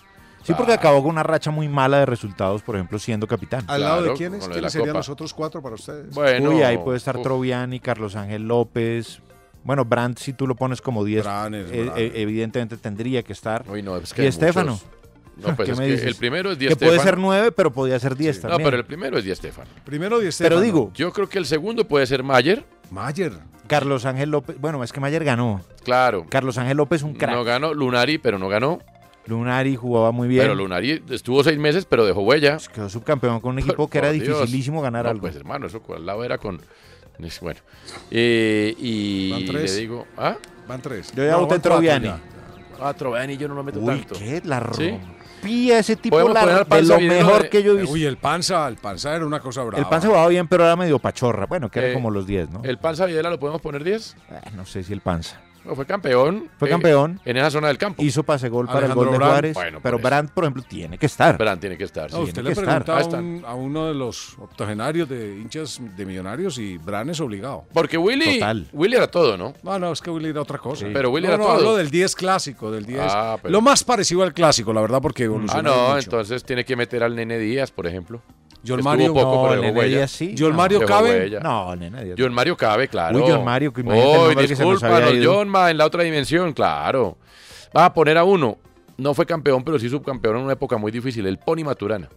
Sí, porque Ah. acabó con una racha muy mala de resultados, por ejemplo, siendo capitán. Al lado claro, de quiénes, con lo de la quiénes serían Copa. los otros cuatro para ustedes. Bueno, Uy, ahí puede estar uf, Troviani, Carlos Ángel López. Bueno, Brandt, si tú lo pones como 10, Branes, eh, Branes. eh, evidentemente tendría que estar. uy, no, es que ¿Y hay Estefano? muchos. No, pues ¿Qué es me que dices? el primero es Di Que puede Estefano. ser 9, pero podía ser 10 No, también. pero el primero es Di Estefano. Primero Di Pero Stéfano. digo, Yo creo que el segundo puede ser Mayer. Mayer. Carlos Ángel López, bueno, es que Mayer ganó. Claro. Carlos Ángel López un crack. No ganó Lunari, pero no ganó. Lunari jugaba muy bien. Pero Lunari estuvo seis meses, pero dejó huella. Pues quedó subcampeón con un Por- equipo que era por Dios. dificilísimo ganar No, algo. Pues hermano, eso al lado era con. es- Bueno. Eh, y Van le tres. digo. ¿Ah? Van tres. Yo ya No, voté van cuatro Troviani. ya. Cuatro, vean, y Ah, yo no lo meto Uy, tanto. qué la Sí. rompía ese tipo Podemos la- poner al de Panza lo viniendo mejor de- que yo he Eh, visto. Uy, el panza, el panza era una cosa brava. el Panza jugaba bien, pero era medio pachorra. Bueno, que Eh, era como los 10, ¿no? ¿El Panza Videla lo podemos poner 10? Ah, no sé si el Panza. No, fue campeón. Fue eh, campeón. en esa zona del campo. Hizo pase gol para el Alejandro gol de Brand. Juárez. Bueno, por pero eso. Brandt, por ejemplo, tiene que estar. Brand tiene que estar. No, sí. usted Tiene le que estar. pregunta a, Ahí está. un- a uno de los octogenarios de hinchas de millonarios y Bran es obligado. Porque Willy, Total. Willy era todo, ¿no? No, no, es que Willy era otra cosa. Sí. Pero Willy No, era no, todo. hablo del 10 clásico, del 10. Ah, pero- Lo más parecido al clásico, la verdad, porque evolucionó Ah, no, mucho. entonces tiene que meter al Nene Díaz, por ejemplo. John Estuvo Mario- poco, No, pero el dejó Nene huella. Díaz sí. John Mario Dejó Cabe. huella. No, el Nene Díaz. John Mario cabe, claro. Uy, John Mario, que imagínate el Uy, nombre que se nos disculpa, había ido. John Ma en la otra dimensión, claro. Va a poner a uno. No fue campeón, pero sí subcampeón en una época muy difícil, el Pony Maturana.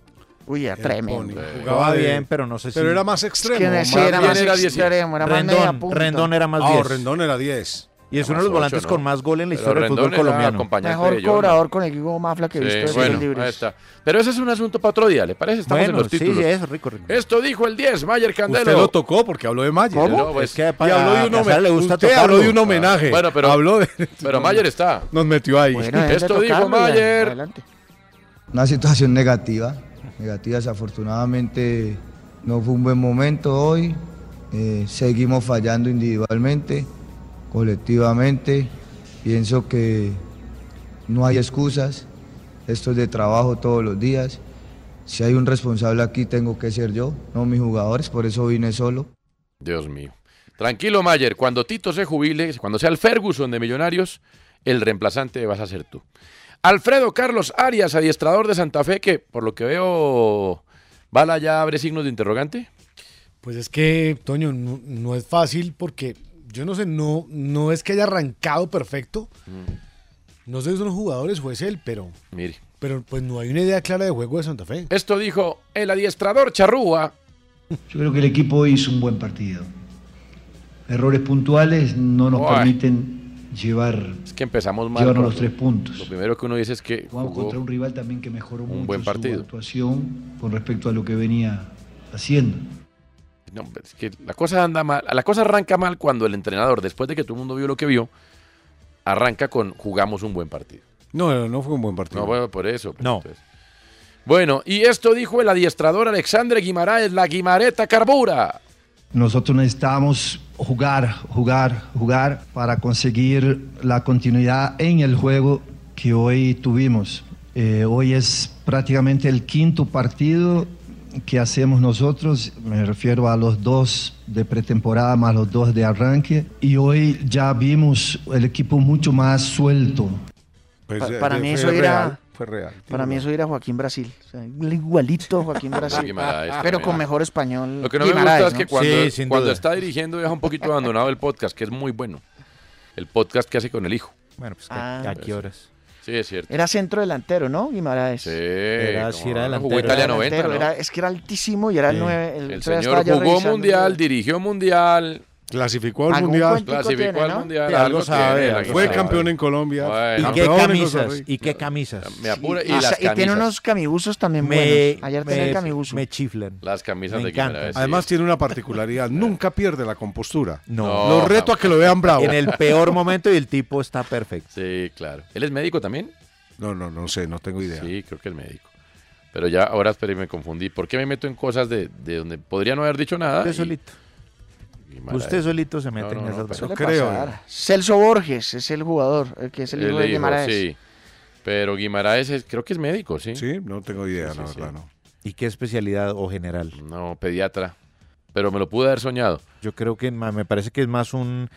Uy, era tremendo. Eh, Jugaba bien, pero no sé si. Pero era más extremo. que más sí, era bien más diez. extremo, era más Rendón, media punta. Rendón era más Ah, 10. Rendón era 10. Y es uno de los volantes con más gol en la historia del fútbol colombiano. Mejor cobrador con el equipo Mafla que he visto Sí, de bueno, esos libres. ahí está. Pero ese es un asunto para otro día, ¿le parece? Estamos Bueno, en los sí, títulos. es rico, rico. Esto dijo el 10, Mayer Candelo. Usted lo tocó porque habló de Mayer. ¿Cómo? No, pues, es que para y habló de un Casar homenaje. le gusta usted tocarlo. habló de un homenaje. Bueno, pero- habló de- Pero Mayer está. Nos metió ahí. Esto dijo Mayer. Una situación negativa, negativa desafortunadamente no fue un buen momento hoy, eh, seguimos fallando individualmente, colectivamente, pienso que no hay excusas, esto es de trabajo todos los días, si hay un responsable aquí tengo que ser yo, no mis jugadores, por eso vine solo. Dios mío. Tranquilo, Mayer. Cuando Tito se jubile, cuando sea el Ferguson de Millonarios, el reemplazante vas a ser tú. Alfredo Carlos Arias, adiestrador de Santa Fe, que por lo que veo, Bala ya abre signos de interrogante. Pues es que, Toño, no, no es fácil porque yo no sé, no, no es que haya arrancado perfecto. No sé si son los jugadores o es él, pero, Mire. pero pues no hay una idea clara de juego de Santa Fe. Esto dijo el adiestrador Charrúa. Yo creo que el equipo hoy hizo un buen partido. Errores puntuales no nos Uy. permiten llevar, Es que empezamos mal. llevarnos Roberto. los tres puntos. Lo primero que uno dice es que Jugamos jugó contra un rival también que mejoró un mucho buen partido. su actuación con respecto a lo que venía haciendo. No, hombre, es que la cosa anda mal, la cosa arranca mal cuando el entrenador, después de que todo el mundo vio lo que vio, arranca con jugamos un buen partido. No, no, no fue un buen partido. No, bueno, por eso. pues, No. entonces. Bueno, y esto dijo el adiestrador Alexandre Guimaraes, la Guimareta Carbura. Nosotros necesitamos jugar, jugar, jugar para conseguir la continuidad en el juego que hoy tuvimos. Eh, hoy es prácticamente el quinto partido que hacemos nosotros, me refiero a los dos de pretemporada más los dos de arranque, y hoy ya vimos el equipo mucho más suelto. Pa- eh, para mí eso fue era. real, fue real. Para mí eso era Joaquín Brasil. O sea, igualito Joaquín Ah, Brasil. Ah, Guimaraes pero también. con mejor español. Lo que no Guimaraes, me gusta es que ¿no? cuando, cuando está dirigiendo deja un poquito abandonado el podcast, que es muy bueno. El podcast que hace con el hijo. Bueno, pues Ah. ¿a qué horas? Sí, es cierto. Era centro delantero, ¿no? Guimaraes. Sí, Ah, como no, jugó Era Italia 90, delantero, ¿no? era- es que era altísimo y era el Sí. 9. El señor jugó mundial, dirigió mundial. Clasificó al Algún Mundial. cuentico Clasificó tiene, al ¿no? mundial. Sí, algo sabe, tiene, algo algo Fue sabe. campeón en Colombia. Bueno. ¿Y qué Campeón en Costa camisas? Rica. ¿Y qué camisas? Me apura. Y Ah, y, las y tiene camisas. unos camibuzos también Me, buenos. eh, Ayer tenía el me, camibus. me chiflan. Las camisas Me de ¿eh? encantan. eh, Guimaraes. sí. Además tiene una particularidad, nunca pierde la compostura. No. Lo reto a que lo vean bravo. En el peor momento y el tipo está perfecto. Sí, claro. ¿Él es médico también? No, no, no sé, no tengo idea. Sí, creo que es médico. Pero ya, ahora espera, me confundí. ¿Por qué me meto en cosas de, de donde podría no haber dicho nada? Usted y- solito. y mala Usted es. solito se mete No, no, en no, esas pero- broncas. Suele creo. pasar. Celso Borges es el jugador, el que es el, El hijo de hijo, Guimaraes. sí. Pero Guimaraes es- creo que es médico, ¿sí? Sí, no tengo idea, Sí, la sí, sí. verdad, no. ¿Y qué especialidad o general? No, pediatra. Pero me lo pude haber soñado. Yo creo que ma- me parece que es más un,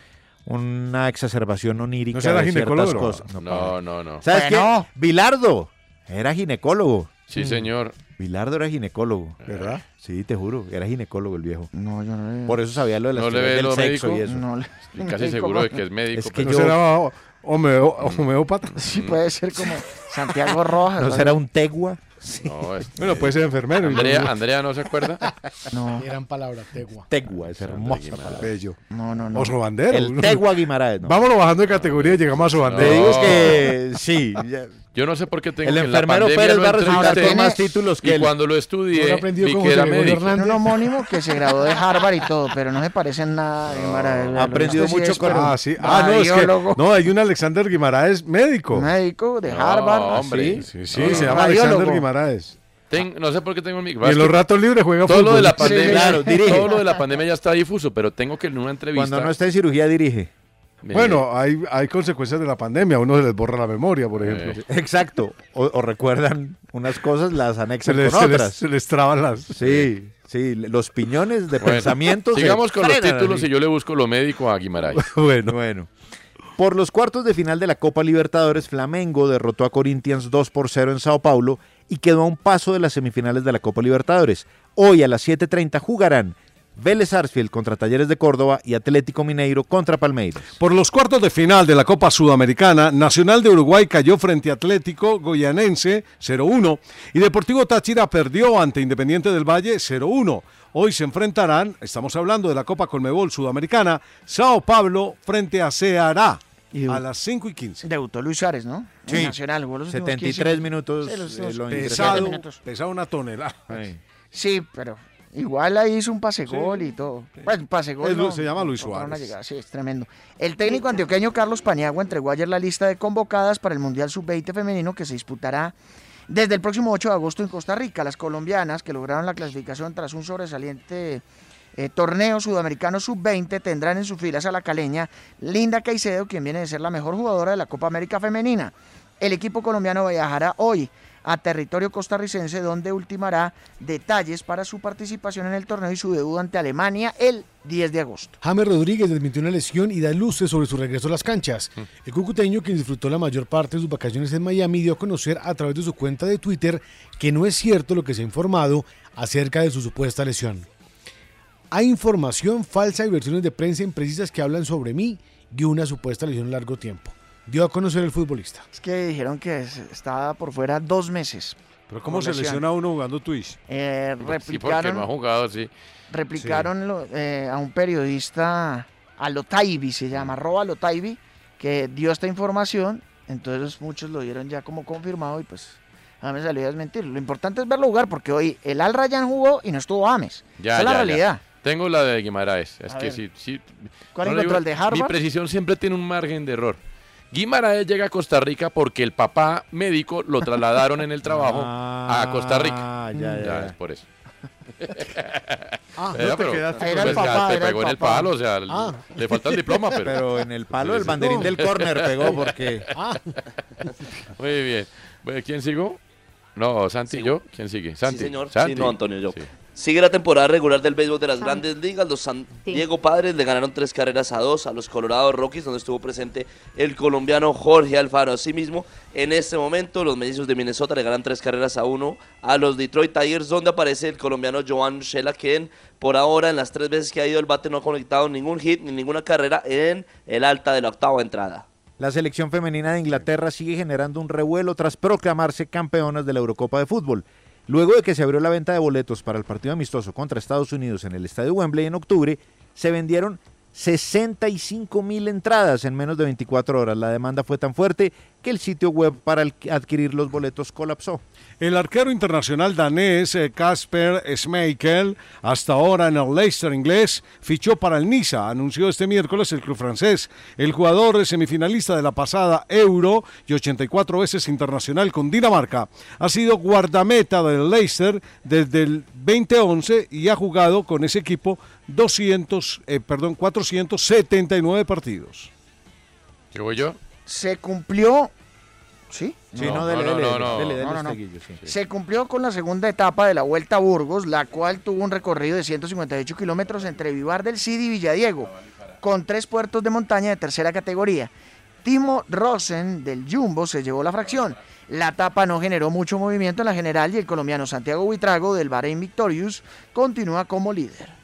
una exacerbación onírica ¿No será de ciertas ginecólogo? cosas. No, No, no, no. ¿Sabes Bueno. qué? Bilardo era ginecólogo. Sí, señor. Bilardo era ginecólogo. ¿Verdad? Sí, te juro, era ginecólogo el viejo. No, yo no le- Por eso sabía lo de las ¿No le teorías ve del lo sexo médico? y eso. no le- Estoy casi seguro de que es médico. Es que ¿No pero- yo- Mm. será homeo- homeópata? Sí, puede ser como Santiago Rojas. ¿No ¿no? será un tegua? este No, es- Bueno, puede ser enfermero. y luego- Andrea, Andrea no se acuerda. No, Eran palabras, tegua. Tegua, es hermosa palabra. Bello. no, no. no. Oso Bandero. El Tegua Guimaraes. ¿no? Vámonos bajando de categoría y llegamos a Oso Te Bandero. digo es que sí. ya- Yo no sé por qué tengo El que en la enfermero pandemia Pérez no va a entré en resultar ustedes. con más títulos que Y él. cuando lo estudié, Yo aprendido vi con que José eh, era Gregorio médico. Hernández. Tiene un homónimo que se graduó de Harvard y todo, pero no se parecen nada. Guimaraes. Ha aprendido Este sí mucho es con- Ah, sí. Ah, no, es que. Radiólogo. No, hay un Alexander Guimaraes médico. médico de No, Harvard. hombre. Sí, sí, Ah. se llama Radiólogo. Alexander Guimaraes. Ten- no sé por qué tengo el micro. Y en los ratos libres juega todo lo de fútbol. la pandemia, claro, dirige. todo lo de la pandemia ya está difuso, pero tengo que en una entrevista Cuando no está en cirugía, dirige. Me- Bueno, hay, hay consecuencias de la pandemia. A uno se les borra la memoria, por ejemplo. Exacto. O, o recuerdan unas cosas, las anexan Se les- con se les- otras. se les traban las- Sí, sí. Los piñones de Bueno, pensamientos. se Sigamos con los frenan títulos así. y yo le busco lo médico a Guimarães. Bueno. Por los cuartos de final de la Copa Libertadores, Flamengo derrotó a Corinthians 2 por 0 en Sao Paulo y quedó a un paso de las semifinales de la Copa Libertadores. Hoy a las 7.30 jugarán Vélez Sarsfield contra Talleres de Córdoba y Atlético Mineiro contra Palmeiras. Por los cuartos de final de la Copa Sudamericana, Nacional de Uruguay cayó frente a Atlético Goyanense 0-1 y Deportivo Táchira perdió ante Independiente del Valle 0-1. Hoy se enfrentarán, estamos hablando de la Copa Colmebol Sudamericana, Sao Pablo frente a Ceará a las 5 y 15. Debutó Luis Suárez, ¿no? En Sí. Nacional, jugó los últimos 73 15. minutos, Sí, los eh, últimos lo 15 ingresaron. minutos. Pesaba una tonelada. Sí, pero igual ahí hizo un pase gol y todo. Bueno, pase gol. Es Lu- se llama Luis no, no, no, no, Suárez. llegada, sí, es tremendo. El técnico antioqueño Carlos Paniagua entregó ayer la lista de convocadas para el Mundial Sub-20 femenino que se disputará desde el próximo 8 de agosto en Costa Rica. Las colombianas que lograron la clasificación tras un sobresaliente eh, torneo sudamericano sub-20 tendrán en sus filas a la caleña Linda Caicedo, quien viene de ser la mejor jugadora de la Copa América Femenina. El equipo colombiano viajará hoy a territorio costarricense donde ultimará detalles para su participación en el torneo y su debut ante Alemania el 10 de agosto. James Rodríguez desmintió una lesión y da luces sobre su regreso a las canchas. El cucuteño, quien disfrutó la mayor parte de sus vacaciones en Miami, dio a conocer a través de su cuenta de Twitter que no es cierto lo que se ha informado acerca de su supuesta lesión. Hay información falsa y versiones de prensa imprecisas que hablan sobre mí y una supuesta lesión a largo tiempo. Dio a conocer el futbolista. Es que dijeron que se- estaba por fuera dos meses. Pero ¿cómo se lesiona uno jugando Twitch? Eh, Sí, porque no ha replicaron jugado así. replicaron lo- eh, a un periodista, a Lotaibi se llama, arroba Lotaibi, que dio esta información, entonces muchos lo dieron ya como confirmado y pues James salió a desmentir. Lo importante es verlo jugar porque hoy el Al Rayyan jugó y no estuvo James. Esa Ya, es la ya, ya. realidad. Tengo la de Guimaraes. Es A que ver. sí, sí. ¿Cuál le encontró, el de Harvard? Mi precisión siempre tiene un margen de error. Guimaraes llega a Costa Rica porque el papá médico lo trasladaron en el trabajo a Costa Rica. Ah, ya, ya, ya. es por eso. Ah, Era, no te pero- quedaste pues, con el ya, papá, te era el pegó en el papá. palo, o sea, Ah. le falta el diploma, pero. Pues, Pero en el palo, Sí, el sí. banderín del córner pegó, porque- Ah. Muy bien. Bueno, ¿Quién sigo? No, Santi, ¿yo? ¿Quién sigue? Santi. Sí, señor. Santi. Sí, no, Antonio, yo. Sigue la temporada regular del béisbol de las grandes ligas. Los San Diego Padres le ganaron tres carreras a dos a los Colorado Rockies, donde estuvo presente el colombiano Jorge Alfaro. Asimismo, en este momento, los mellizos de Minnesota le ganan tres carreras a uno a los Detroit Tigers, donde aparece el colombiano Joan Shela, quien por ahora, en las tres veces que ha ido el bate, no ha conectado ningún hit ni ninguna carrera en el alta de la octava entrada. La selección femenina de Inglaterra sigue generando un revuelo tras proclamarse campeonas de la Eurocopa de Fútbol. Luego de que se abrió la venta de boletos para el partido amistoso contra Estados Unidos en el Estadio Wembley en octubre, se vendieron 65 mil entradas en menos de 24 horas. La demanda fue tan fuerte que el sitio web para el- adquirir los boletos colapsó. El arquero internacional danés eh, Kasper Schmeichel, hasta ahora en el Leicester inglés, fichó para el Niza, anunció este miércoles el club francés. El jugador semifinalista de la pasada Euro y 84 veces internacional con Dinamarca ha sido guardameta del Leicester desde el 2011 y ha jugado con ese equipo 200, eh, perdón, 479 partidos. ¿Qué voy yo? Se cumplió. ¿Sí? Sí, no, No, dele, no, dele, no, no. dele, dele No, no, no. este guillo, sí. Se cumplió con la segunda etapa de la Vuelta a Burgos, la cual tuvo un recorrido de 158 kilómetros entre Vivar del Cid y Villadiego, con tres puertos de montaña de tercera categoría. Timo Rosen del Jumbo se llevó la fracción. La etapa no generó mucho movimiento en la general y el colombiano Santiago Buitrago del Bahrein Victorious continúa como líder.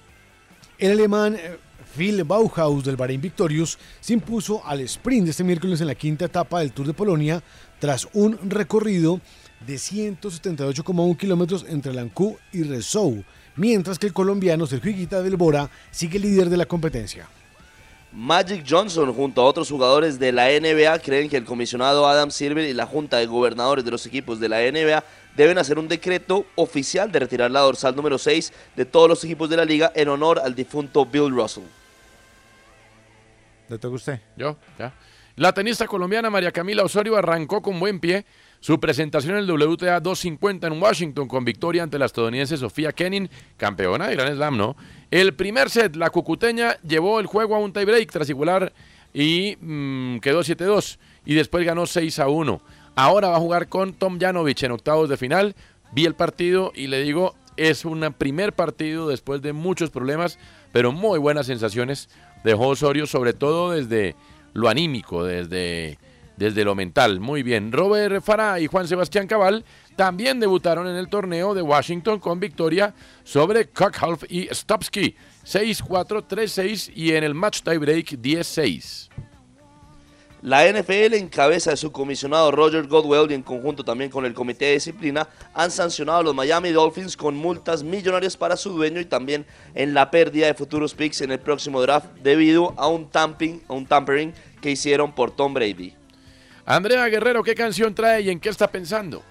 El alemán eh, Phil Bauhaus del Bahrein Victorious se impuso al sprint este miércoles en la quinta etapa del Tour de Polonia tras un recorrido de 178,1 kilómetros entre Lancú y Resou, mientras que el colombiano Sergio Higuita del Bora sigue líder de la competencia. Magic Johnson junto a otros jugadores de la NBA creen que el comisionado Adam Silver y la junta de gobernadores de los equipos de la NBA deben hacer un decreto oficial de retirar la dorsal número 6 de todos los equipos de la liga en honor al difunto Bill Russell. ¿Le toca a usted? Yo, ya. La tenista colombiana María Camila Osorio arrancó con buen pie su presentación en el WTA 250 en Washington con victoria ante la estadounidense Sofía Kenin, campeona de Gran Slam, ¿no? El primer set, la cucuteña llevó el juego a un tiebreak tras igualar y mm, quedó 7-2 y después ganó 6-1. Ahora va a jugar con Tom Janovich en octavos de final. Vi el partido y le digo, es un primer partido después de muchos problemas, pero muy buenas sensaciones dejó Osorio, sobre todo desde lo anímico, desde, desde lo mental. Muy bien. Robert Farah y Juan Sebastián Cabal también debutaron en el torneo de Washington con victoria sobre Cockhalf y Stopsky. 6-4, 3-6 y en el match tiebreak 10-6. La NFL en cabeza de su comisionado Roger Godwell y en conjunto también con el Comité de Disciplina han sancionado a los Miami Dolphins con multas millonarias para su dueño y también en la pérdida de futuros picks en el próximo draft debido a un, tamping, a un tampering que hicieron por Tom Brady. Andrea Guerrero, ¿qué canción trae y en qué está pensando?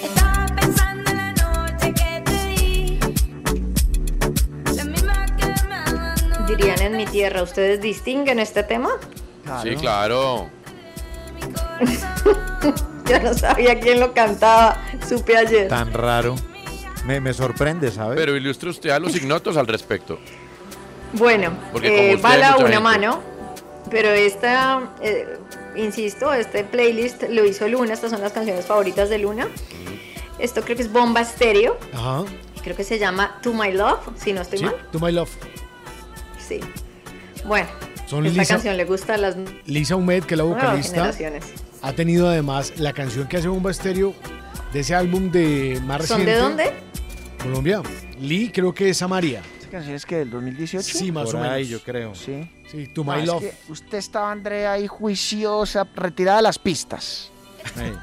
Estaba pensando en la noche que te di, la misma que Dirían en mi tierra, ¿ustedes distinguen este tema? Sí, claro. Yo no sabía quién lo cantaba, supe ayer. Tan raro. Me, me sorprende, ¿sabes? Pero ilustre usted a los ignotos al respecto. Bueno, Porque como eh, usted hay bala mucha una gente. mano, pero esta, eh, insisto, este playlist lo hizo Luna, estas son las canciones favoritas de Luna. Esto creo que es Bomba Estéreo, Ajá. y creo que se llama To My Love, si no estoy Sí, mal. To My Love. Sí. Bueno, Son esta Lisa- canción le gusta a las Lisa Humed, que es la nuevas vocalista, generaciones. ha tenido además la canción que hace Bomba Estéreo de ese álbum de más ¿Son de reciente, dónde? Colombia. Lee, creo que es Samaria. ¿Esa canción es que del 2018? Sí, más Por o menos. ahí, yo creo. Sí. Sí, To No, My es Love. que usted estaba, Andrea, ahí juiciosa, retirada de las pistas.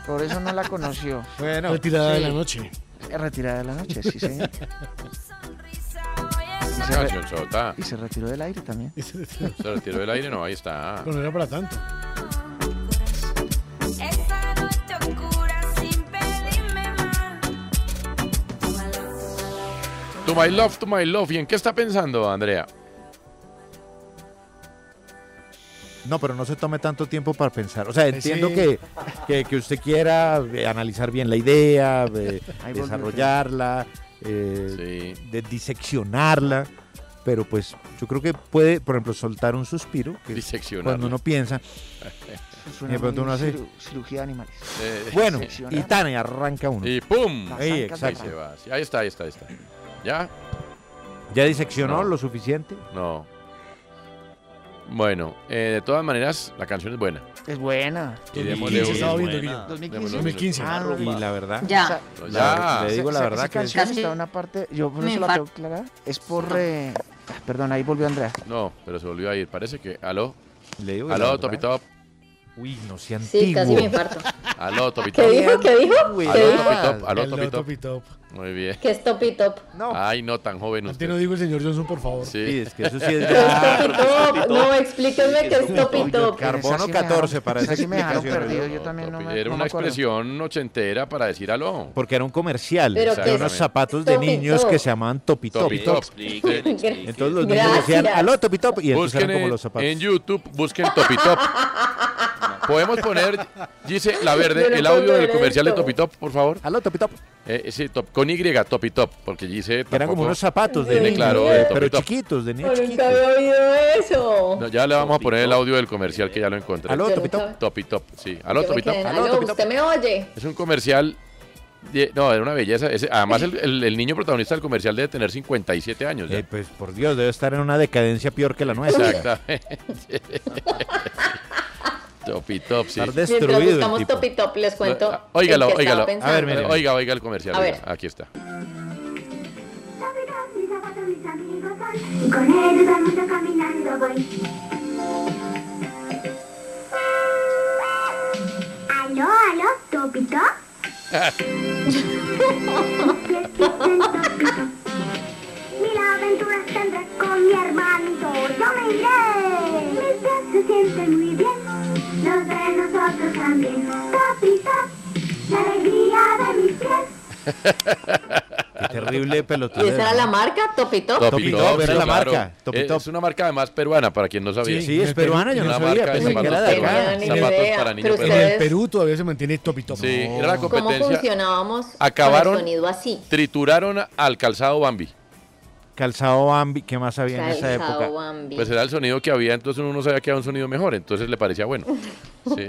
Por eso no la conoció. Bueno, Retirada de Sí. la noche. Eh, Retirada de la noche, sí, señor. Y se, re- Canción sota. y se retiró del aire también. Se retiró del aire, no, ahí está. Pero no era para tanto. Esa noche oscura sin pedirme más. To my love, to my love. ¿Y en qué está pensando, Andrea? No, pero no se tome tanto tiempo para pensar. O sea, Sí. entiendo que, que, que usted quiera eh, analizar bien la idea, eh, Ahí volvió. desarrollarla, eh, de diseccionarla, pero pues yo creo que puede, por ejemplo, soltar un suspiro. Que es Cuando uno piensa. Suena y de pronto muy uno hace. ciru- Cirugía de animales. Bueno, y Diseccionar. tan, y arranca uno. Y ¡pum! Ahí, Ahí exacto. se va. Sí, Ahí está, ahí está, ahí está. ¿Ya? ¿Ya diseccionó No. lo suficiente? No. Bueno, eh, de todas maneras, la canción es buena. Es buena. Y démosle 2015 estaba un- viendo, buena. Guillo. Démosle un- 2015. Ah, Y la verdad. Ya. Ya. la- le O digo la sea, verdad esa que es- canción está en una parte, yo por Me eso la infar- tengo clara. Es por. eh, ah, Perdón, ahí volvió Andrea. No, pero se volvió a ir. Parece que. Aló. Le digo la Aló, verdad. Topitop. Uy, no sea antiguo. Sí, casi me infarto. Aló, Topitop. ¿Qué dijo? ¿Qué dijo? Aló, Topitop. Aló, El Topitop. Topitop. Muy bien. Que es top y top. Ay, no tan joven Antes usted. no digo el señor Johnson, por favor. Sí. Es que eso sí es ¿Qué es top ya. y top? No, explíquenme que es top y Uy, yo- top. Carbono esa sí me 14 dejaron- para esa esa sí me dejaron explicación, perdido, ¿no? yo también no me Era no una me acuerdo. expresión ochentera para decir aló. Porque era un comercial Pero de que- unos zapatos de Top y niños Top. que se llamaban Topi Top. Topitop. Entonces los niños decían, Gracias. aló Topi Top, y entonces Busquen eran como en, los zapatos. en YouTube, busquen Topitop. Podemos poner, dice la verde, Yo no el audio puedo del creer comercial de esto. Topitop, por favor. Aló Topi Top, Eh, sí, top, con Y, Topitop, porque dice que eran como unos zapatos de Tiene niños, claro, de- de Top y pero Top. chiquitos, de niños Yo nunca chiquitos. había oído eso. No, ya le vamos a poner el audio del comercial que ya lo encontré. Aló Yo Topi Top. nunca- Topitop, sí. Aló Yo me Topitop. quedé, Aló, aló, Topitop. ¿Usted me oye? Es un comercial. de- no, era una belleza. Ese- además, el, el- el niño protagonista del comercial debe tener 57 años. ya. Eh, pues por Dios, debe estar en una decadencia peor que la nuestra. Exactamente. Topitop, sí. Estar Mientras destruido el buscamos tipo. top y top, les cuento. Ah, Óigalo, en qué estaba óigalo. pensando. A ver, mire. Oiga, oiga el comercial. A oiga. ver. Aquí está. Y con ellos vamos a caminando voy. Aló, aló, Topito. Mil aventuras tendré con mi hermanito. Yo me iré. Mis pies se sienten muy bien. Los de nosotros también. Topito. La alegría de mis pies. Qué terrible pelotón. ¿Y esa era la marca? ¿Topito? Top, era sí, la claro. marca, Top Eh, Top. Es una marca además peruana, para quien no sabía. Sí, sí, es peruana, yo no Una sabía, marca de pensé que zapatos era de acá. peruanos, Ni Zapatos idea, para pero niños En el peruanos. Perú todavía se mantiene top y top. Sí, era la ¿Cómo competencia. funcionábamos Acabaron- con el sonido así? Trituraron al calzado Bambi. Calzado Bambi, ¿qué más había en esa Calzado época? Bambi. Pues era el sonido que había, entonces uno no sabía que había un sonido mejor, entonces le parecía bueno. Sí.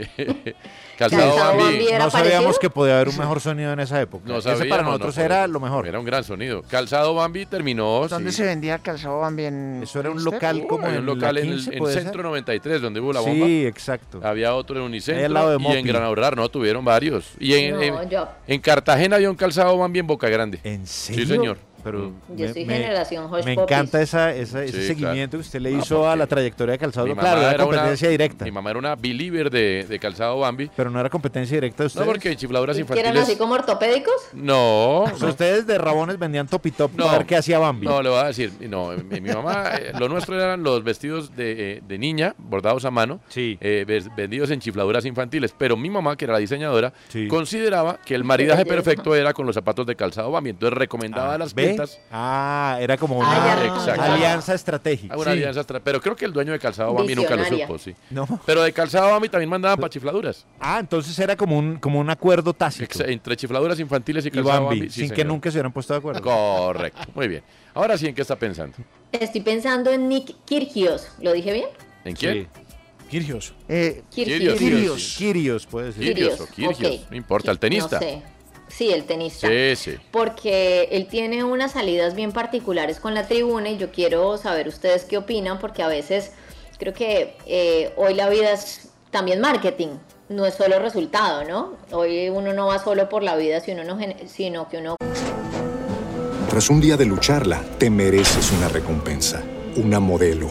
Calzado Calzado Bambi. Bambi era No sabíamos parecido? que podía haber un mejor sonido en esa época. No Ese para sabíamos, nosotros no, era por- lo mejor. Era un gran sonido. Calzado Bambi terminó. ¿Dónde Oh, sí. se vendía calzado este? también? Eso era un ¿Usted? local como Había un en local la en, el- 15, en ¿puede ser? Centro 93, donde hubo la bomba. Sí, exacto. Había otro en Ahí al lado Unicentro de y Mopi. en Granadorrar, no, tuvieron varios. Y en, No, en- yo- en Cartagena había un calzado Bambi en Boca Grande. ¿En Sí, señor. Pero Yo soy generación Hush Me Puppies. encanta esa, esa- ese Sí, seguimiento que usted le Ah, hizo a la trayectoria de Calzado. Mi mamá Claro, era era una- competencia directa. Mi mamá era una believer de, de calzado Bambi. Pero no era competencia directa de No, ustedes. porque chifladuras ¿Y que eran así infantiles. como ortopédicos? No, O sea, no. Ustedes de rabones vendían top y top No. para ver qué hacía Bambi. No, le voy a decir, no, mi, mi mamá, eh, lo nuestro eran los vestidos de, eh, de niña, bordados a mano, eh, ves- vendidos en chifladuras infantiles, pero mi mamá, que era la diseñadora, consideraba que el maridaje Qué belleza. perfecto era con los zapatos de calzado Bambi, entonces recomendaba las ¿Ve? ventas. Ah, era como Ah, una ya Exacto. alianza estratégica. Alguna Sí. alianza tra- pero creo que el dueño de calzado Bambi nunca lo Visionaria. supo, sí. No. Pero de calzado Bambi también mandaban para chifladuras, Ah, entonces era como un, como un acuerdo tácito. ex- entre chifladuras infantiles y Y calzado Bambi. Bambi, sí, sin que señor. nunca se hubieran puesto de acuerdo. Correcto, muy bien. Ahora sí, ¿en qué está pensando? Estoy pensando en Nick Kirgios. ¿Lo dije bien? ¿En quién? Kirgios. Eh, Kirios, Kirgios. Kirios. Kirios, puede ser. Kirios o Kirios, ok. no importa, el tenista. No sé. Sí, el tenista. Sí, sí. Porque él tiene unas salidas bien particulares con la tribuna y yo quiero saber ustedes qué opinan porque a veces creo que eh, hoy la vida es también marketing, no es solo resultado, ¿no? Hoy uno no va solo por la vida, sino, no gen- sino que uno Tras un día de lucharla, te mereces una recompensa, una modelo,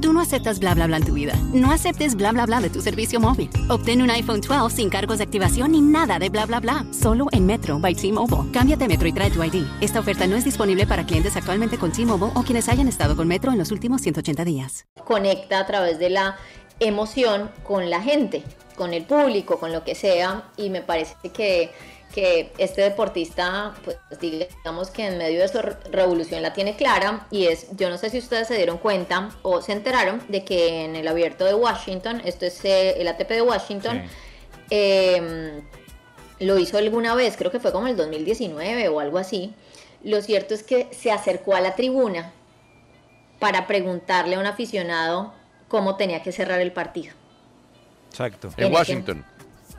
Tú no aceptas bla bla bla en tu vida. No aceptes bla bla bla de tu servicio móvil. Obtén un iPhone 12 sin cargos de activación ni nada de bla bla bla. Solo en Metro by T-Mobile. Cámbiate a Metro y trae tu ID. Esta oferta no es disponible para clientes actualmente con T-Mobile o quienes hayan estado con Metro en los últimos 180 días. conecta a través de la emoción con la gente, con el público, con lo que sea. Y me parece que, que este deportista, pues digamos que en medio de su re- revolución la tiene clara. Y es, yo no sé si ustedes se dieron cuenta o se enteraron de que en el abierto de Washington, esto es eh, el ATP de Washington, eh, lo hizo alguna vez, creo que fue como el 2019 o algo así. Lo cierto es que se acercó a la tribuna para preguntarle a un aficionado cómo tenía que cerrar el partido. Exacto. Tiene En que- Washington.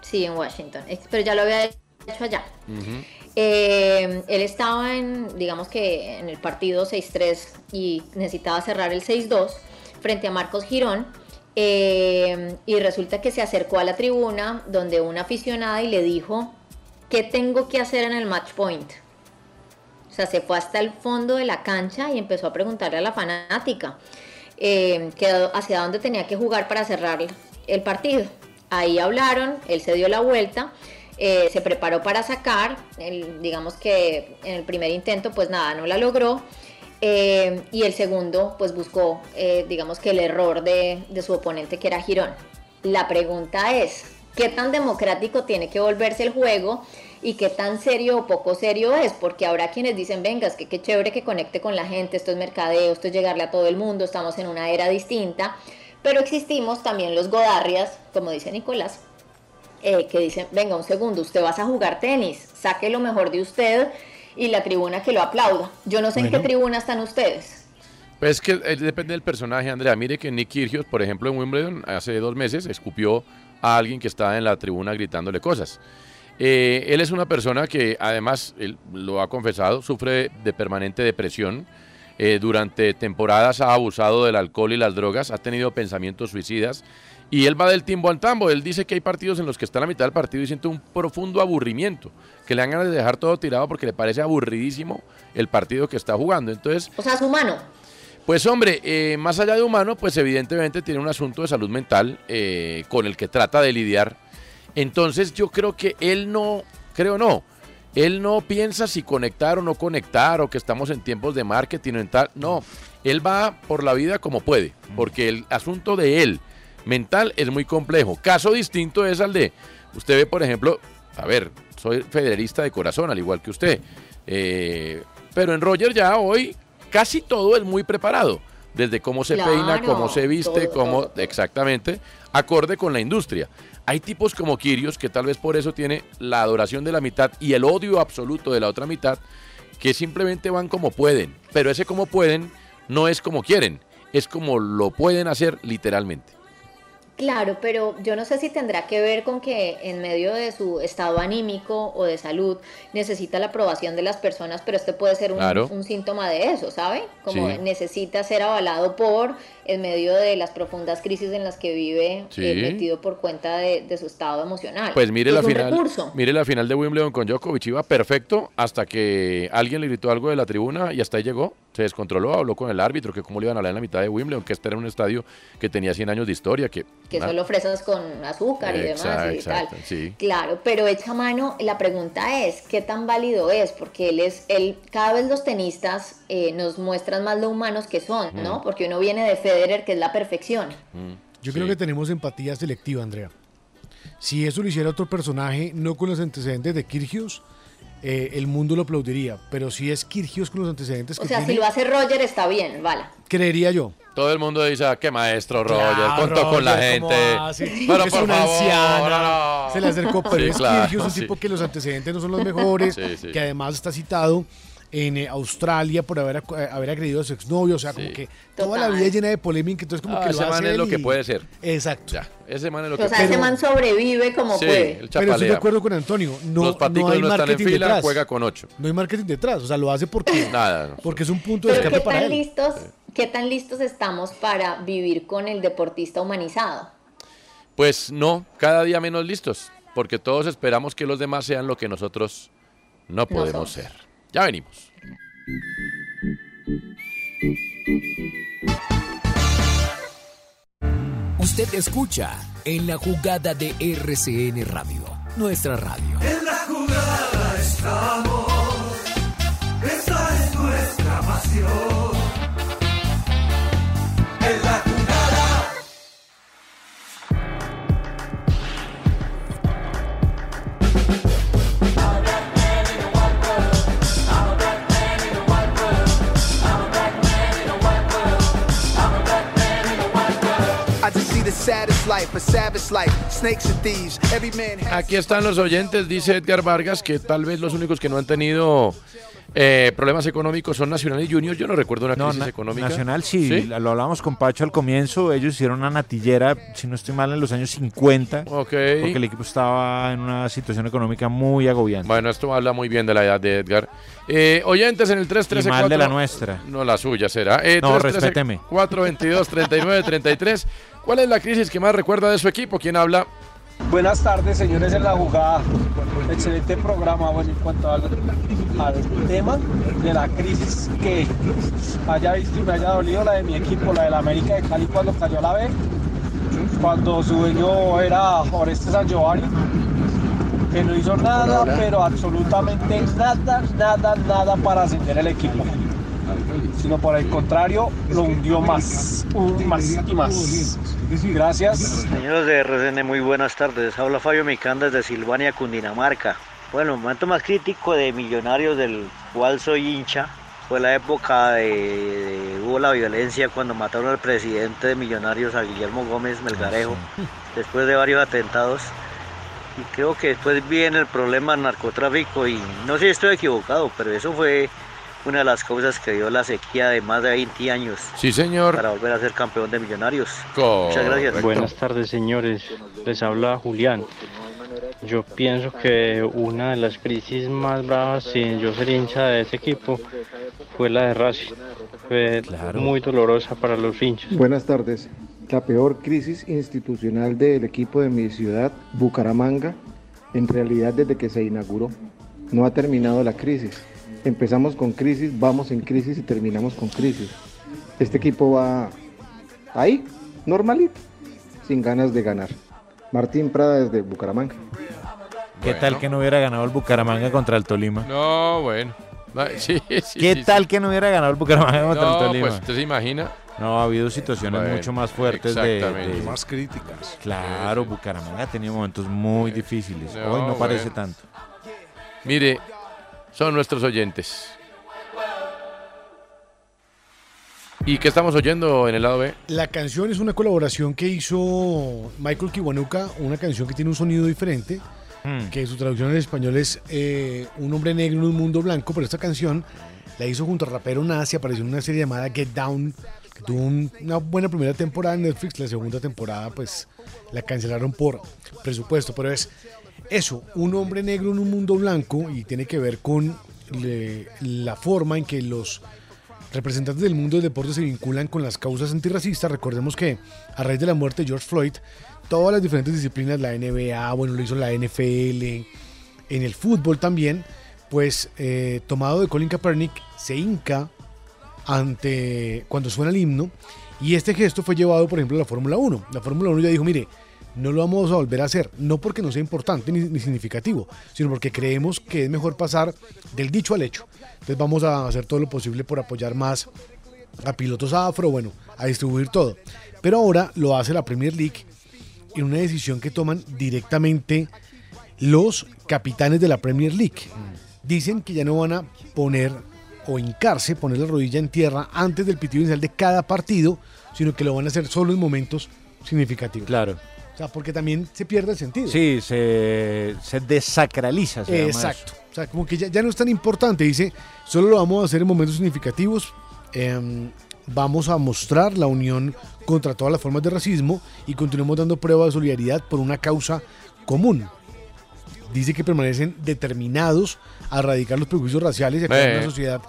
Sí, en Washington. Eh, Pero ya lo había hecho allá. Ujú. Eh, él estaba en, digamos que en el partido 6-3 y necesitaba cerrar el 6-2 frente a Marcos Girón. eh, y resulta que se acercó a la tribuna donde una aficionada y le dijo, ¿qué tengo que hacer en el match point? O sea, se fue hasta el fondo de la cancha y empezó a preguntarle a la fanática eh, que hacia dónde tenía que jugar para cerrar el partido. Ahí hablaron, él se dio la vuelta, eh, se preparó para sacar, el- digamos que en el primer intento pues nada, no la logró. eh, y el segundo pues buscó, eh, digamos que el error de, de su oponente que era Girón. La pregunta es, ¿qué tan democrático tiene que volverse el juego? y qué tan serio o poco serio es, porque habrá quienes dicen, venga, es que qué chévere que conecte con la gente, esto es mercadeo, esto es llegarle a todo el mundo, estamos en una era distinta, pero existimos también los godarrias, como dice Nicolás, eh, que dicen, venga, un segundo, usted vas a jugar tenis, saque lo mejor de usted y la tribuna que lo aplauda. Yo no sé en qué tribuna están ustedes. Pues es que eh, depende del personaje, Andrea. Mire que Nick Kyrgios, por ejemplo, en Wimbledon hace dos meses escupió a alguien que estaba en la tribuna gritándole cosas. Eh, él es una persona que, además, él lo ha confesado, sufre de permanente depresión. eh, durante temporadas ha abusado del alcohol y las drogas, ha tenido pensamientos suicidas. Y él va del timbo al tambo. Él dice que hay partidos en los que está en la mitad del partido y siente un profundo aburrimiento, que le dan ganas de dejar todo tirado porque le parece aburridísimo el partido que está jugando. Entonces, O sea, es humano. pues hombre, eh, más allá de humano, pues evidentemente tiene un asunto de salud mental eh, con el que trata de lidiar. Entonces yo creo que él no, creo no, él no piensa si conectar o no conectar o que estamos en tiempos de marketing o en tal. No, él va por la vida como puede, porque el asunto de él mental es muy complejo. Caso distinto es al de, usted ve por ejemplo, a ver, soy federalista de corazón, al igual que usted. Eh, pero en Roger ya hoy casi todo es muy preparado. Desde cómo se Claro, peina, cómo se viste, todo, cómo... Exactamente, acorde con la industria. Hay tipos como Kirios que tal vez por eso tiene la adoración de la mitad y el odio absoluto de la otra mitad, que simplemente van como pueden. Pero ese como pueden no es como quieren, es como lo pueden hacer literalmente. Claro, pero yo no sé si tendrá que ver con que en medio de su estado anímico o de salud necesita la aprobación de las personas, pero este puede ser un, Claro. un síntoma de eso, ¿sabe? Como Sí. necesita ser avalado por, en medio de las profundas crisis en las que vive, Sí. eh, metido por cuenta de, de su estado emocional. Pues mire Es la un final. recurso. Mire la final de Wimbledon con Djokovic iba perfecto hasta que alguien le gritó algo de la tribuna y hasta ahí llegó. Se descontroló, habló con el árbitro que cómo le iban a hablar en la mitad de Wimbledon, que este era un estadio que tenía 100 años de historia, que que una- solo fresas con azúcar y Eh, Exacto, demás y tal. exacto, sí. Claro, pero hecha mano, la pregunta es, ¿qué tan válido es? Porque él es, él, cada vez los tenistas eh, nos muestran más lo humanos que son, ¿no? Mm. Porque uno viene de Federer, que es la perfección. Yo creo que tenemos empatía selectiva, Andrea. Si eso lo hiciera otro personaje, no con los antecedentes de Kirgios, eh, el mundo lo aplaudiría. Pero si es Kirgios con los antecedentes que O sea, si tiene, lo hace Roger está bien, vale. creería yo. Todo el mundo dice, "Ah, qué maestro Roger, Claro, contó con la Roger, gente. ¿cómo hace? Pero Es por una favor, anciana, no. se le acercó, pero Sí, es claro, Kirgios, un sí. tipo que los antecedentes no son los mejores, Sí, sí. que además está citado en eh, Australia por haber, ac- haber agredido a su exnovio, o sea, como que toda la vida es llena de polémica, entonces como Ah, que lo ese hace man es él lo que y- puede ser. Exacto. Ese man es lo O que sea, puede ese man sobrevive como Sí, puede. el Pero estoy de chapalea. acuerdo con Antonio, no, Los paticos no hay no están en marketing fila, detrás. juega con ocho. No hay marketing detrás, o sea, lo hace porque, Nada, no. porque es un punto de Pero escape ¿qué para tan, él. listos, ¿qué tan listos estamos para vivir con el deportista humanizado? Pues no, cada día menos listos, porque todos esperamos que los demás sean lo que nosotros no podemos ser. Ya venimos. Usted escucha en la jugada de RCN Radio, nuestra radio. En la jugada estamos, esa es nuestra pasión. En la jugada. I just see the saddest life, a savage life. Snakes and thieves. Every man has. Aquí están los oyentes, dice Edgar Vargas, que tal vez los únicos que no han tenido eh, problemas económicos son Nacional y Junior. Yo no recuerdo una No, crisis na- económica. Nacional sí, la- lo hablábamos con Pacho al comienzo, ellos hicieron una natillera, si no estoy mal, en los años 50, Ok. porque el equipo estaba en una situación económica muy agobiante. Bueno, esto habla muy bien de la edad de Edgar. Eh, oyentes en el 313 Y mal de la nuestra. No, la suya será. Eh, No, 313 respéteme. 422 3933. ¿Cuál es la crisis que más recuerda de su equipo? ¿Quién habla? Buenas tardes, señores en la jugada. Excelente programa. Bueno, en cuanto al, al tema de la crisis que haya visto y me haya dolido, la de mi equipo, la del América de Cali cuando cayó a la B, cuando su dueño era Oreste San Giovanni, que no hizo nada, pero absolutamente nada, nada, nada para ascender el equipo. Sino por el contrario, lo hundió más, un- más y más. Gracias. Señores de RCN, muy buenas tardes. Habla Fabio Micán desde Silvania, Cundinamarca. Bueno, el momento más crítico de Millonarios, del cual soy hincha, fue la época de, de- hubo la violencia cuando mataron al presidente de Millonarios, a Guillermo Gómez Melgarejo, Ah, después de varios atentados. Y creo que después viene el problema del narcotráfico y no sé si estoy equivocado, pero eso fue una de las causas que dio la sequía de más de 20 años. Sí, señor. Para volver a ser campeón de Millonarios. Muchas gracias. Buenas tardes, señores. Les habla Julián. Yo pienso que una de las crisis más bravas, sin yo ser hincha de ese equipo, fue la de Racing. Fue muy dolorosa para los hinchas. Buenas tardes. La peor crisis institucional del equipo de mi ciudad, Bucaramanga, en realidad desde que se inauguró. No ha terminado la crisis. Empezamos con crisis, vamos en crisis y terminamos con crisis. Este equipo va ahí, normalito, sin ganas de ganar. Martín Prada desde Bucaramanga. ¿Qué tal que no hubiera ganado el Bucaramanga contra el Tolima? No, bueno. No, sí, sí, ¿Qué sí, tal que no hubiera ganado el Bucaramanga contra No, el Tolima? pues, ¿usted se imagina? No, ha habido situaciones Bueno, mucho más fuertes de, exactamente. de- Más críticas. Claro, Bucaramanga ha tenido momentos muy difíciles. Eh, No, Hoy no parece bueno. tanto. Mire, son nuestros oyentes. ¿Y qué estamos oyendo en el lado B? La canción es una colaboración que hizo Michael Kiwanuka, una canción que tiene un sonido diferente, que su traducción en español es eh, Un hombre negro en un mundo blanco, pero esta canción la hizo junto a rapero Nazi, apareció en una serie llamada Get Down, que tuvo un- una buena primera temporada en Netflix, la segunda temporada pues la cancelaron por presupuesto, pero es eso, un hombre negro en un mundo blanco y tiene que ver con le- la forma en que los representantes del mundo del deporte se vinculan con las causas antirracistas. Recordemos que a raíz de la muerte de George Floyd, todas las diferentes disciplinas, la NBA, bueno, lo hizo la NFL, en el fútbol también, pues eh, tomado de Colin Kaepernick, se hinca ante cuando suena el himno. Y este gesto fue llevado, por ejemplo, a la Fórmula 1. La Fórmula 1 ya dijo, mire, no lo vamos a volver a hacer, no porque no sea importante ni, ni significativo, sino porque creemos que es mejor pasar del dicho al hecho. Entonces vamos a hacer todo lo posible por apoyar más a pilotos afro, bueno, a distribuir todo. Pero ahora lo hace la Premier League en una decisión que toman directamente los capitanes de la Premier League. Dicen que ya no van a poner o hincarse, poner la rodilla en tierra antes del pitido inicial de cada partido, sino que lo van a hacer solo en momentos significativos. Claro. O sea, porque también se pierde el sentido. Sí, se, se desacraliza. se llama eso. Exacto. O sea, como que ya, ya no es tan importante. Dice, solo lo vamos a hacer en momentos significativos. em, vamos a mostrar la unión contra todas las formas de racismo y continuamos dando pruebas de solidaridad por una causa común. Dice que permanecen determinados a erradicar los prejuicios raciales y a crear Eh. una sociedad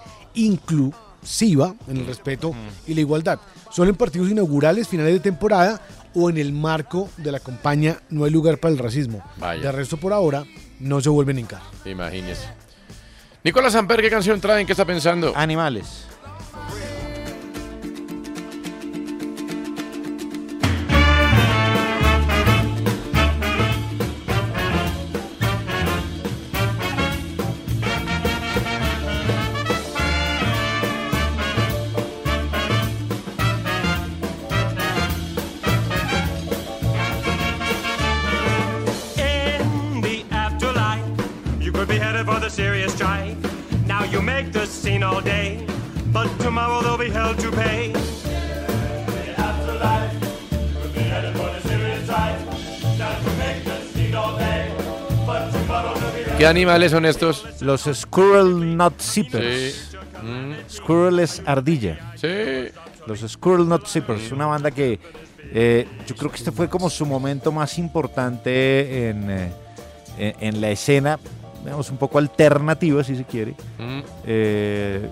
inclusiva en el respeto y la igualdad. Solo en partidos inaugurales, finales de temporada o en el marco de la campaña No hay lugar para el racismo. Vaya. De resto, por ahora, no se vuelven a hincar. Imagínese. Nicolás Samper, ¿qué canción traen? ¿Qué está pensando? Animales. In the afterlife, you could be headed for the serious strike. Now you make the scene all day, but tomorrow there'll be hell to pay. ¿Qué animales son estos? Los Squirrel Nut Zippers. Sí. Mm. Squirrel es ardilla. Sí. Los Squirrel Nut Zippers, una banda que eh, yo creo que este fue como su momento más importante en, eh, en- en la escena, digamos, un poco alternativa, si se quiere. Mm. Eh,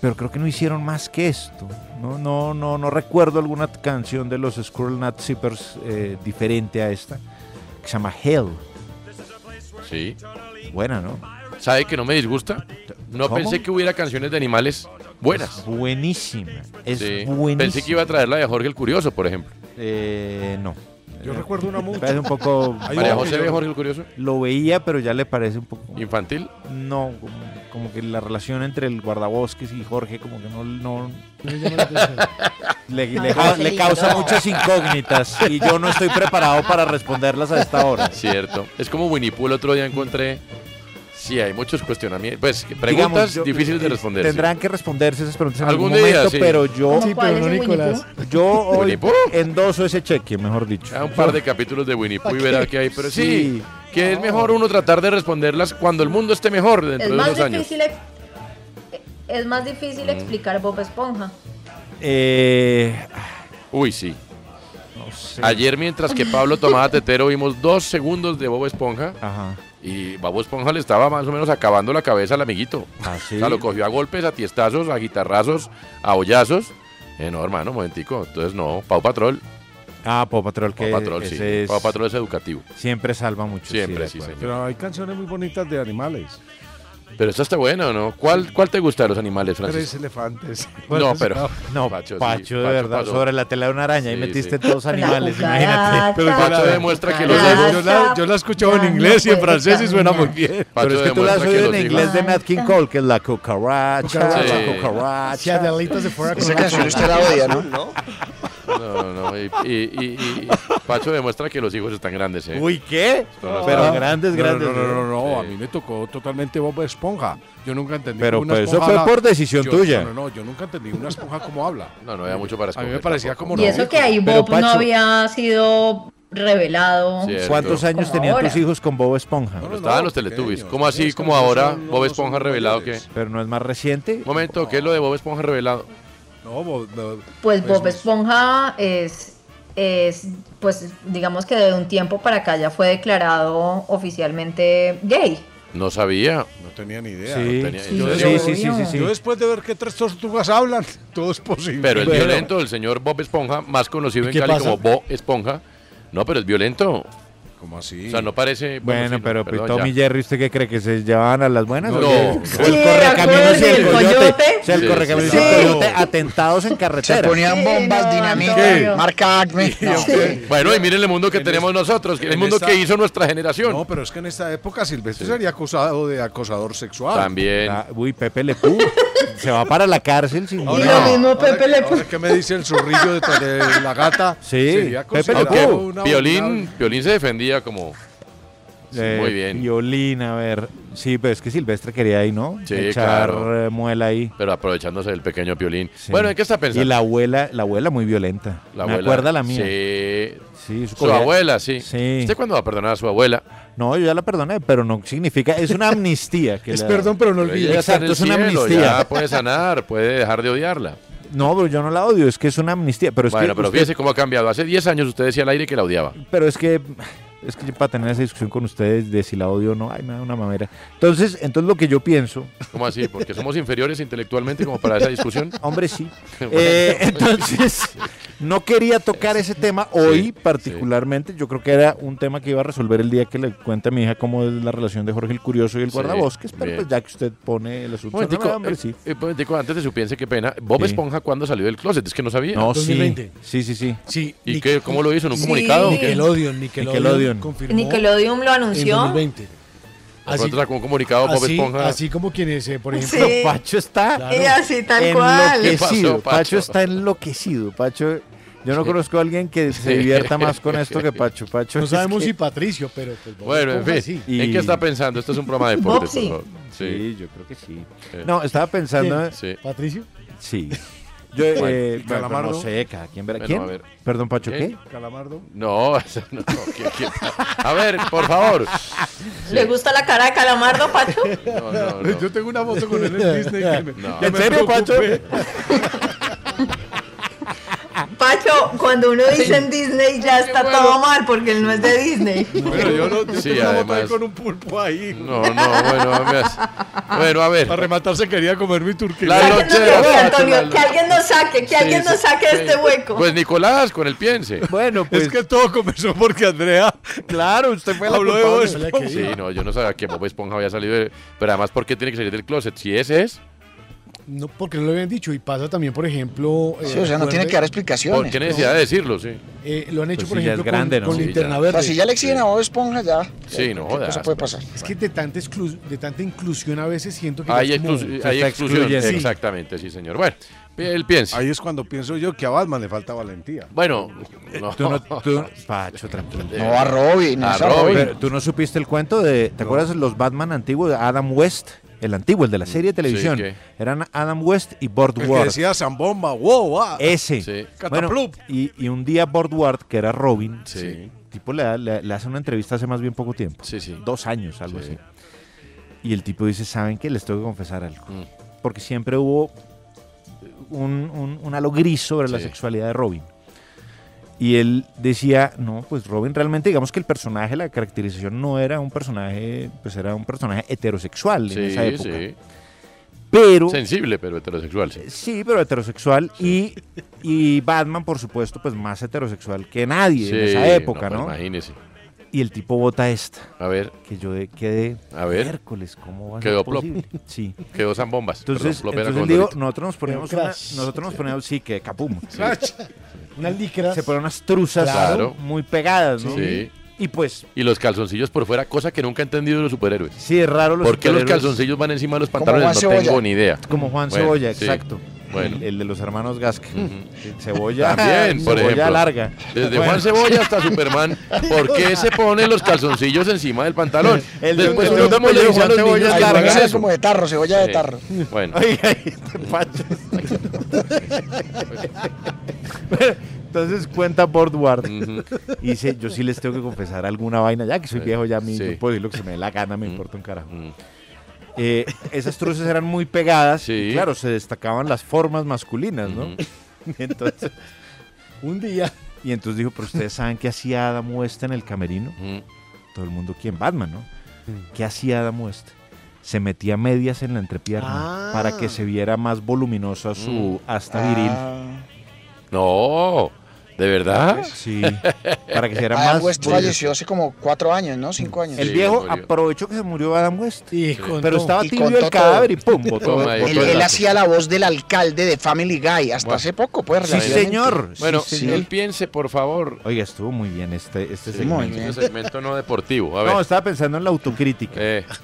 pero creo que no hicieron más que esto. No, no, no, no recuerdo alguna canción de los Squirrel Nut Zippers eh, diferente a esta, que se llama Hell. Sí. Buena, ¿no? ¿Sabe que no me disgusta? No ¿Cómo? pensé que hubiera canciones de animales buenas. Buenísima. Es Sí. buenísima. Pensé que iba a traer la de Jorge el Curioso, por ejemplo. Eh, no. Yo recuerdo una Me mucho. parece un poco. Hay María una José que yo- ve Jorge el Curioso. Lo veía, pero ya le parece un poco. ¿Infantil? No, como, como que la relación entre el guardabosques y Jorge, como que no. no No le llama la atención. le, No, le ca- Joselito, le causa no. muchas incógnitas y yo no estoy preparado para responderlas a esta hora. Cierto. Es como Winnie Pooh el otro día encontré. Sí, hay muchos cuestionamientos. Pues que preguntas Digamos, yo- eh, difíciles de responder. sí. Tendrán que responderse esas preguntas en Algún algún, día, momento, sí. pero yo. Sí, pero no, Nicolás. Yo ¿Winnie hoy Pooh? endoso ese cheque, mejor dicho. Ah, Un par de capítulos de Winnie Pooh y Ok. verá qué hay. Pero sí, Sí. que es mejor uno tratar de responderlas cuando el mundo esté mejor dentro Es de más, unos años. Mm. difícil, ex- es más difícil explicar Bob Esponja. Eh, Uy, sí. No Ayer, mientras que Pablo tomaba tetero, vimos dos segundos de Bob Esponja. Y Bob Esponja le estaba más o menos acabando la cabeza al amiguito. Ah, O sea, lo cogió a golpes, a tiestazos, a guitarrazos, a hoyazos. Eh, no, hermano, momentico. Entonces, no, Pau Patrol. Ah, Pau Patrol, que Pau Patrol, sí. ese es- Pau Patrol es educativo. Siempre salva mucho. Siempre, de sí, acuerdo. Pero hay canciones muy bonitas de animales. Pero esta está buena, ¿no? ¿Cuál, ¿Cuál te gusta de los animales, Tres Francisco? elefantes. No, pero. No, sí, Pacho, de verdad, pasó. sobre la tela de una araña. y Sí, metiste sí. dos animales, La imagínate. cucaracha, Pero Pacho demuestra que los cucaracha, yo la- yo la he escuchado en inglés y en francés y suena muy bien. Pero Pacho es que tú la has demuestra que oído los en hijos- inglés de Nat King Cole, que es la cucaracha, Cucaracha. la Sí. cucaracha. Si Adelita se fuera con Esa una canción cucaracha. usted la odia, ¿no? No, no, y, y, y- y- y Pacho demuestra que los hijos están grandes, ¿eh? Uy, ¿qué? Esto no Pero- eh. está- grandes, No, no, grandes, No, no, no, no, ¿no? a mí me tocó totalmente Bob Esponja. Yo nunca entendí. Pero, que una pues, eso esponja fue habla- por decisión Yo- tuya. No, no, no, yo nunca entendí una esponja cómo habla. No, no había mucho para A mí me parecía como Y eso que ahí Pero, Bob no Pacho- había sido revelado. ¿Cuántos años como tenían ahora? tus hijos con Bob Esponja? Pero Pues estaban los Teletubbies. ¿Cómo así, como ahora, Bob Esponja revelado que. Pero no es más reciente. Momento, ¿qué es lo de Bob Esponja revelado? No, Bob- no, Pues Bob Esponja es, es, pues digamos que de un tiempo para acá ya fue declarado oficialmente gay. No sabía. No tenía ni idea. Sí. No tenía- Sí, yo sí, después- sí, sí, sí, sí. Yo después de ver que tres tortugas hablan, todo es posible. Pero es violento, el señor Bob Esponja, más conocido en qué Cali pasa? como Bob Esponja. No, pero es violento. ¿Cómo así? O sea, no parece. Bueno, sí, pero perdón, Tommy ya. Jerry, ¿usted qué cree? ¿Que se llevaban a las buenas? No, ¿O no. qué? Sí, O el correcaminos y acuérdate, el el coyote. coyote. O sea, el Sí, correcaminos sí, y el sí. coyote atentados en carretera. ponían bombas, dinamita, marca Acme. No. Bueno, y miren el mundo que tenemos nosotros, que el en mundo esta- que hizo nuestra generación. No, pero es que en esta época Silvestre sería acusado de acosador sexual. También. Ah, Uy, Pepe Le Pew se va para la cárcel sin Ahora, miedo. ahora que- ahora que me dice el zorrillo de, de la gata? Sí, sería Pepe Le Pew. considerado Aunque una- Violín, Violín se defendía como. Eh, Muy bien. Violín, a ver. Sí, pero es que Silvestre quería ahí, ¿no? Sí, Echar claro. eh, muela ahí. Pero aprovechándose del pequeño Piolín. Sí. Bueno, ¿en qué está pensando? Y la abuela, la abuela muy violenta. La Me abuela, acuerda la mía. Sí. Sí, su cogía- abuela, sí. Sí. ¿Usted cuándo va a perdonar a su abuela? No, yo ya la perdoné, pero no significa. Es una amnistía. Que Es la- perdón, pero no olvides. ella está en Exacto, el es una cielo, amnistía. Ya pues. puede sanar, puede dejar de odiarla. No, pero yo no la odio, es que es una amnistía. Pero es bueno, que pero usted- fíjese cómo ha cambiado. Hace 10 años usted decía al aire que la odiaba. Pero es que es que yo para tener esa discusión con ustedes de si la odio o no, ay, me da una mamera. Entonces, entonces lo que yo pienso, ¿Cómo así? Porque somos inferiores intelectualmente como para esa discusión. hombre, sí. Bueno. Eh, entonces, no quería tocar ese tema hoy particularmente. Yo creo que era un tema que iba a resolver el día que le cuente a mi hija cómo es la relación de Jorge el Curioso y el Sí, guardabosques. Pero bien. pues ya que usted pone el asunto, Momentico, no, hombre, eh, sí. eh, momentico, antes de su piense, qué pena. Bob Sí. Esponja, ¿cuándo salió del closet? Es que no sabía. No, sí. 2020. sí, sí, sí. Sí, ¿Y Nic- qué, cómo lo hizo? ¿En un Sí. comunicado? o qué? Nickelodeon, Nickelodeon, Nickelodeon. confirmó Nickelodeon lo anunció. En 2020. De pronto sacó un comunicado Bob así- Esponja. así como quienes, eh, por ejemplo, Pero Pacho está Y así, tal cual. enloquecido. ¿Qué pasó, Pacho? Pacho? está enloquecido. Pacho, yo no conozco a alguien que se divierta más con esto que Pacho. Pacho No es sabemos que- si Patricio, pero pues, Bob Bueno, en Esponja fin. sí. ¿En qué está pensando? Esto es un programa de Bob, deportes, sí. por favor. Sí, yo creo que sí. No, estaba pensando. ¿Quién? eh, ¿Patricio? Sí. Yo, Bueno, eh, ¿y bueno, Calamardo? no sé, cada quien verá. Bueno, ¿Quién? a ver. Perdón, Pacho, ¿Quién? ¿qué? Calamardo. No, eso no. ¿qué- qué- A ver, por favor. ¿Le gusta la cara de calamardo, Pacho? No, no, no. Yo tengo una foto con él en Disney. que me- No. ya ¿En me serio, preocupé. Pacho, cuando uno dice en Disney ya está todo mal porque él no es de Disney. Pero yo no, yo Sí, tengo una foto de él además. con un pulpo ahí. No, no, bueno, me hace- bueno, a ver. Para rematarse quería comer mi turquía. La Sáquenlo lonchera, de aquí, Pacho, Antonio, la lonchera. Que alguien nos saque, que alguien nos saque de este hueco. Pues Nicolás, con el piense. Bueno, pues. Es que todo comenzó porque Andrea Claro, usted fue la habló de culpable. Bob Esponja. Sí, no, yo no sabía que Bob Esponja había salido de... Pero además, ¿por qué tiene que salir del closet? Si ese es... No, porque no lo habían dicho. Y pasa también, por ejemplo. eh, Sí, o sea, no recuerde- tiene que dar explicaciones. ¿Por qué necesidad de decirlo? Sí, Eh, lo han hecho, Pues por sí, ya es ejemplo, grande, con, ¿no? con Sí, linterna ya. O sea, verde. si ya le exigen a Bob Esponja, ya. sí no ¿Qué jodas. cosa puede pasar? Es que de tanta, exclu- de tanta inclusión a veces siento que. ya Hay, es como- exclus- se hay está exclusión. excluyendo. Sí. Exactamente, sí, señor. Bueno, el piense. Ahí es cuando pienso yo que a Batman le falta valentía. Bueno, no. Tú no, tú- Pacho, tranquilo. No, a Robin. A es a Robin. Pero, ¿Tú no supiste el cuento de, ¿te acuerdas los Batman antiguos? Adam West, el antiguo, el de la serie de televisión. Mm, ¿qué? Eran Adam West y El que Boardwalk. decía Zambomba, wow, ah. Ese. Sí. Bueno, Cataplup. y, y un día Boardwalk, que era Robin, Sí. tipo le, da- le- le hace una entrevista hace más bien poco tiempo. Sí, sí. Dos años, algo Sí. así. Y el tipo dice, ¿saben qué? Les tengo que confesar algo. Mm. Porque siempre hubo un, un, un halo gris sobre la Sí. sexualidad de Robin. Y él decía, no, pues Robin realmente, digamos que el personaje, la caracterización no era un personaje, pues era un personaje heterosexual Sí, en esa época. sí. Pero... Sensible, pero heterosexual, sí. Sí, pero heterosexual y, y Batman, por supuesto, pues más heterosexual que nadie en Sí, esa época, no, ¿no? pues, Imagínese. Y el tipo vota esta. A ver. Que yo de- quedé. A ver. Miércoles, ¿cómo va a ser Quedó plop. posible? Sí. Quedó zambombas. Entonces, Perdón, plop era entonces con digo, Dorito. nosotros nos poníamos Quedó una- crash. nosotros nos poníamos, sí, que capum. Crash. Unas licras. Se ponen unas truzas Claro. muy pegadas, ¿no? Sí. Y pues. Y los calzoncillos por fuera, cosa que nunca he entendido de los superhéroes. Sí, es raro los ¿Por qué los superhéroes? calzoncillos van encima de los Como pantalones? No Juan Cebolla. tengo ni idea. Como Juan Bueno, Cebolla, sí. exacto. Bueno. El, el de los hermanos Gasca. Cebolla. También, por cebolla ejemplo. larga. Desde Bueno. Juan Cebolla hasta Superman, ¿por qué se ponen los calzoncillos encima del pantalón? El de- Después el de uno como le Juan dice a los Cebolla niños es que no larga. hagan Es eso. como de tarro, cebolla de Sí. tarro. Bueno. Oiga, ahí te pacho. Entonces cuenta Boardward. Y dice, yo sí les tengo que confesar alguna vaina, ya que soy Sí, viejo, ya a mí sí. yo puedo decir lo que se me dé la gana, me importa un carajo. Eh, esas truces eran muy pegadas y claro, se destacaban las formas masculinas, ¿no? Entonces, un día. Y entonces dijo, pero ustedes saben qué hacía Adam West en el camerino. Todo el mundo, ¿quién? Batman, ¿no? ¿Qué hacía Adam West? Se metía medias en la Ah. entrepierna para que se viera más voluminosa Mm. su hasta viril. Ah. No, Oh, ¿de verdad? Pues Sí, para que se viera Adam más... West voluminosa. falleció hace como cuatro años, ¿no? Cinco años. El viejo aprovechó que se murió Adam West. contó. pero estaba Y tibio contó el cadáver y todo. pum, botó. botó él, el él dato. hacía la voz del alcalde de Family Guy hasta Bueno. hace poco, pues. Sí, relativamente. señor. Bueno, Sí, señor. él piense, por favor. Oiga, estuvo muy bien este, este Sí, segmento. este segmento no deportivo. A ver. Eh. No, estaba pensando en la autocrítica.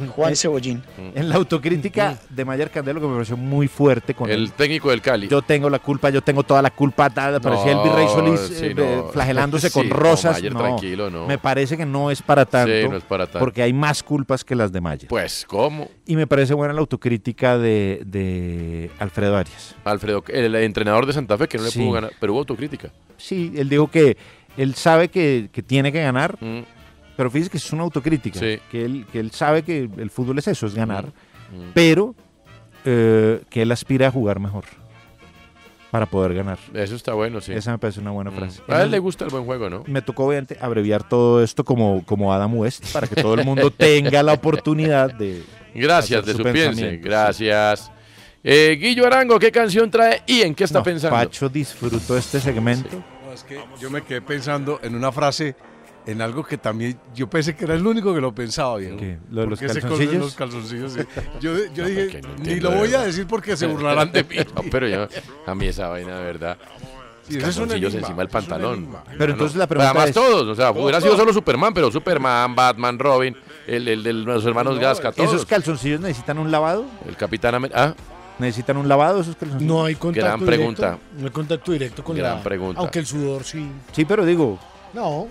Juan Cebollín. Mm. En la autocrítica Mm-hmm. de Mayer Candelo, que me pareció muy fuerte con El él. técnico del Cali. Yo tengo la culpa, yo tengo toda la culpa. Tal, parecía el virrey Solís sí, eh, no. flagelándose con Sí, no, rosas. Mayer, no. tranquilo, no. Me parece que no es para tanto. Sí, no es para tanto. Porque hay más culpas que las de Mayer. Pues, ¿cómo? Y me parece buena la autocrítica de, de Alfredo Arias. Alfredo, el entrenador de Santa Fe que no le Sí. pudo ganar, pero hubo autocrítica. Sí, él dijo que él sabe que, que tiene que ganar, pero fíjese que es una autocrítica. Mm. Sí. Que, él, que él sabe que el fútbol es eso, es ganar, Mm. pero eh, que él aspira a jugar mejor para poder ganar. Eso está bueno, sí. Esa me parece una buena frase. A él le gusta el buen juego, ¿no? Me tocó obviamente abreviar todo esto como, como Adam West para que todo el mundo tenga la oportunidad de... Gracias, hacer de su, pensamiento. piense. Gracias. Eh, Guillo Arango, ¿qué canción trae y en qué está No, pensando? Pacho disfrutó este segmento. No, es que yo me quedé pensando en una frase, en algo que también yo pensé que era el único que lo pensaba bien. ¿Qué? ¿Lo de los de calzoncillos? los calzoncillos, sí. Yo, yo No, dije, porque no ni entiendo lo de voy a verdad. decir porque se burlarán de mí. No, pero yo, a mí esa vaina, de verdad. Sí, Los eso es un calzoncillos encima enigma, del eso es un pantalón. enigma. Pero entonces la pregunta Además es- todos, o sea, Todos, hubiera sido todos. solo Superman, pero Superman, Batman, Robin, el, el de los hermanos Gasca, todos. ¿Esos calzoncillos necesitan un lavado? El Capitán ah, América. ¿Necesitan un lavado esos calzoncillos? No hay contacto Gran directo. pregunta. No hay contacto directo con Gran la... pregunta. Aunque el sudor sí... Sí, pero digo, No.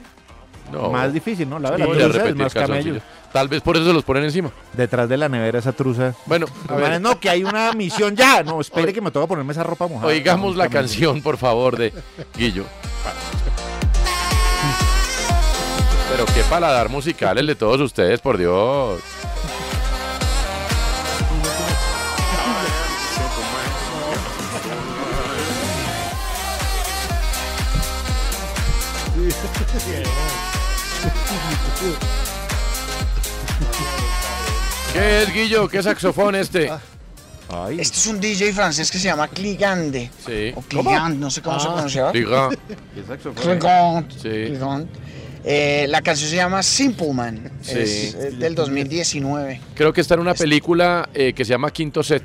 No. más difícil, ¿no? La Sí, verdad, voy a la truza es repetir más camello. calzoncillos. Tal vez por eso se los ponen encima. Detrás de la nevera esa truza. Bueno, a ver. No, que hay una misión ya. No, espere que me toca ponerme esa ropa mojada. Oigamos la Camello. canción, por favor, de Guillo. Pero qué paladar musical el de todos ustedes, por Dios. ¿Qué es, Guillo? ¿Qué saxofón este? Ah. Este es un DJ francés que se llama Cligande. Sí. Ah. O Cligand, no sé cómo se pronunciaba. Diga. Cligand. Sí. Cligand. Eh, la canción se llama Simple Man. Sí. Es, es del 2019. Creo que está en una película eh, que se llama Quinto Set.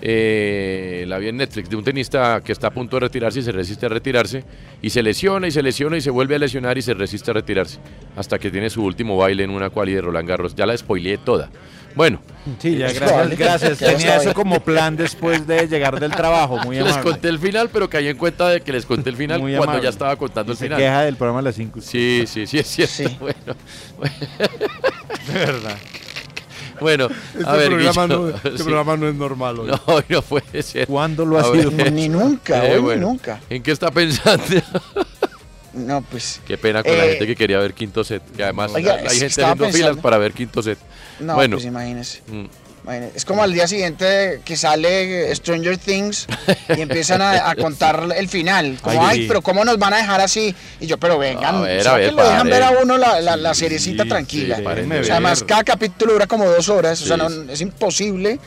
Eh, la vi en Netflix, de un tenista que está a punto de retirarse y se resiste a retirarse, y se lesiona y se lesiona y se vuelve a lesionar y se resiste a retirarse, hasta que tiene su último baile en una quali de Roland Garros. Ya la spoileé toda. Bueno, Sí, ya, Es probable. gracias, gracias. Ya lo Tenía sabe. eso como plan después de llegar del trabajo. Muy les amable. conté el final, pero caí en cuenta de que les conté el final Muy cuando amable. ya estaba contando el Se final. queja del programa a las 5. Sí, sí, sí, es cierto. Bueno, De verdad. bueno Este a ver, programa Guillo, no- este sí. programa no es normal hoy. No, hoy no puede ser. ¿Cuándo lo ha sido? Ni nunca, hoy ni nunca. ¿En qué está pensando? No, pues. Qué pena con la Eh, gente que quería ver quinto set. Que además Oiga, hay es que gente estaba haciendo pensando- filas para ver quinto set. No, bueno, pues imagínese. Mm. Imagínate, Es como al día siguiente que sale Stranger Things y empiezan a, a contar el final. Como, Ay, ay, pero ¿cómo nos van a dejar así? Y yo, pero vengan, A ver, ¿será a ver, que le dejan ver paren. a uno la, la, la seriecita tranquila? sí, o paren de sea, además, ver. cada capítulo dura como dos horas, o sea, Sí, no- es imposible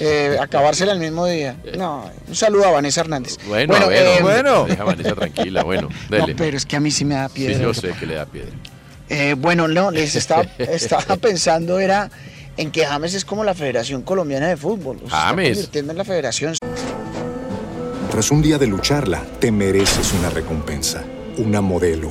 eh, acabársela el mismo día. No, un saludo a Vanessa Hernández. Eh. Bueno, a ver, eh, hombre, Deja a Vanessa tranquila, bueno, dele. pero es que a mí sí me da Sí, piedra. yo sé que le da piedra. Eh, bueno, no, les estaba, estaba pensando era en que James es como la Federación Colombiana de Fútbol. o sea, está James. convirtiendo en la Federación. Tras un día de lucharla, te mereces una recompensa, una modelo,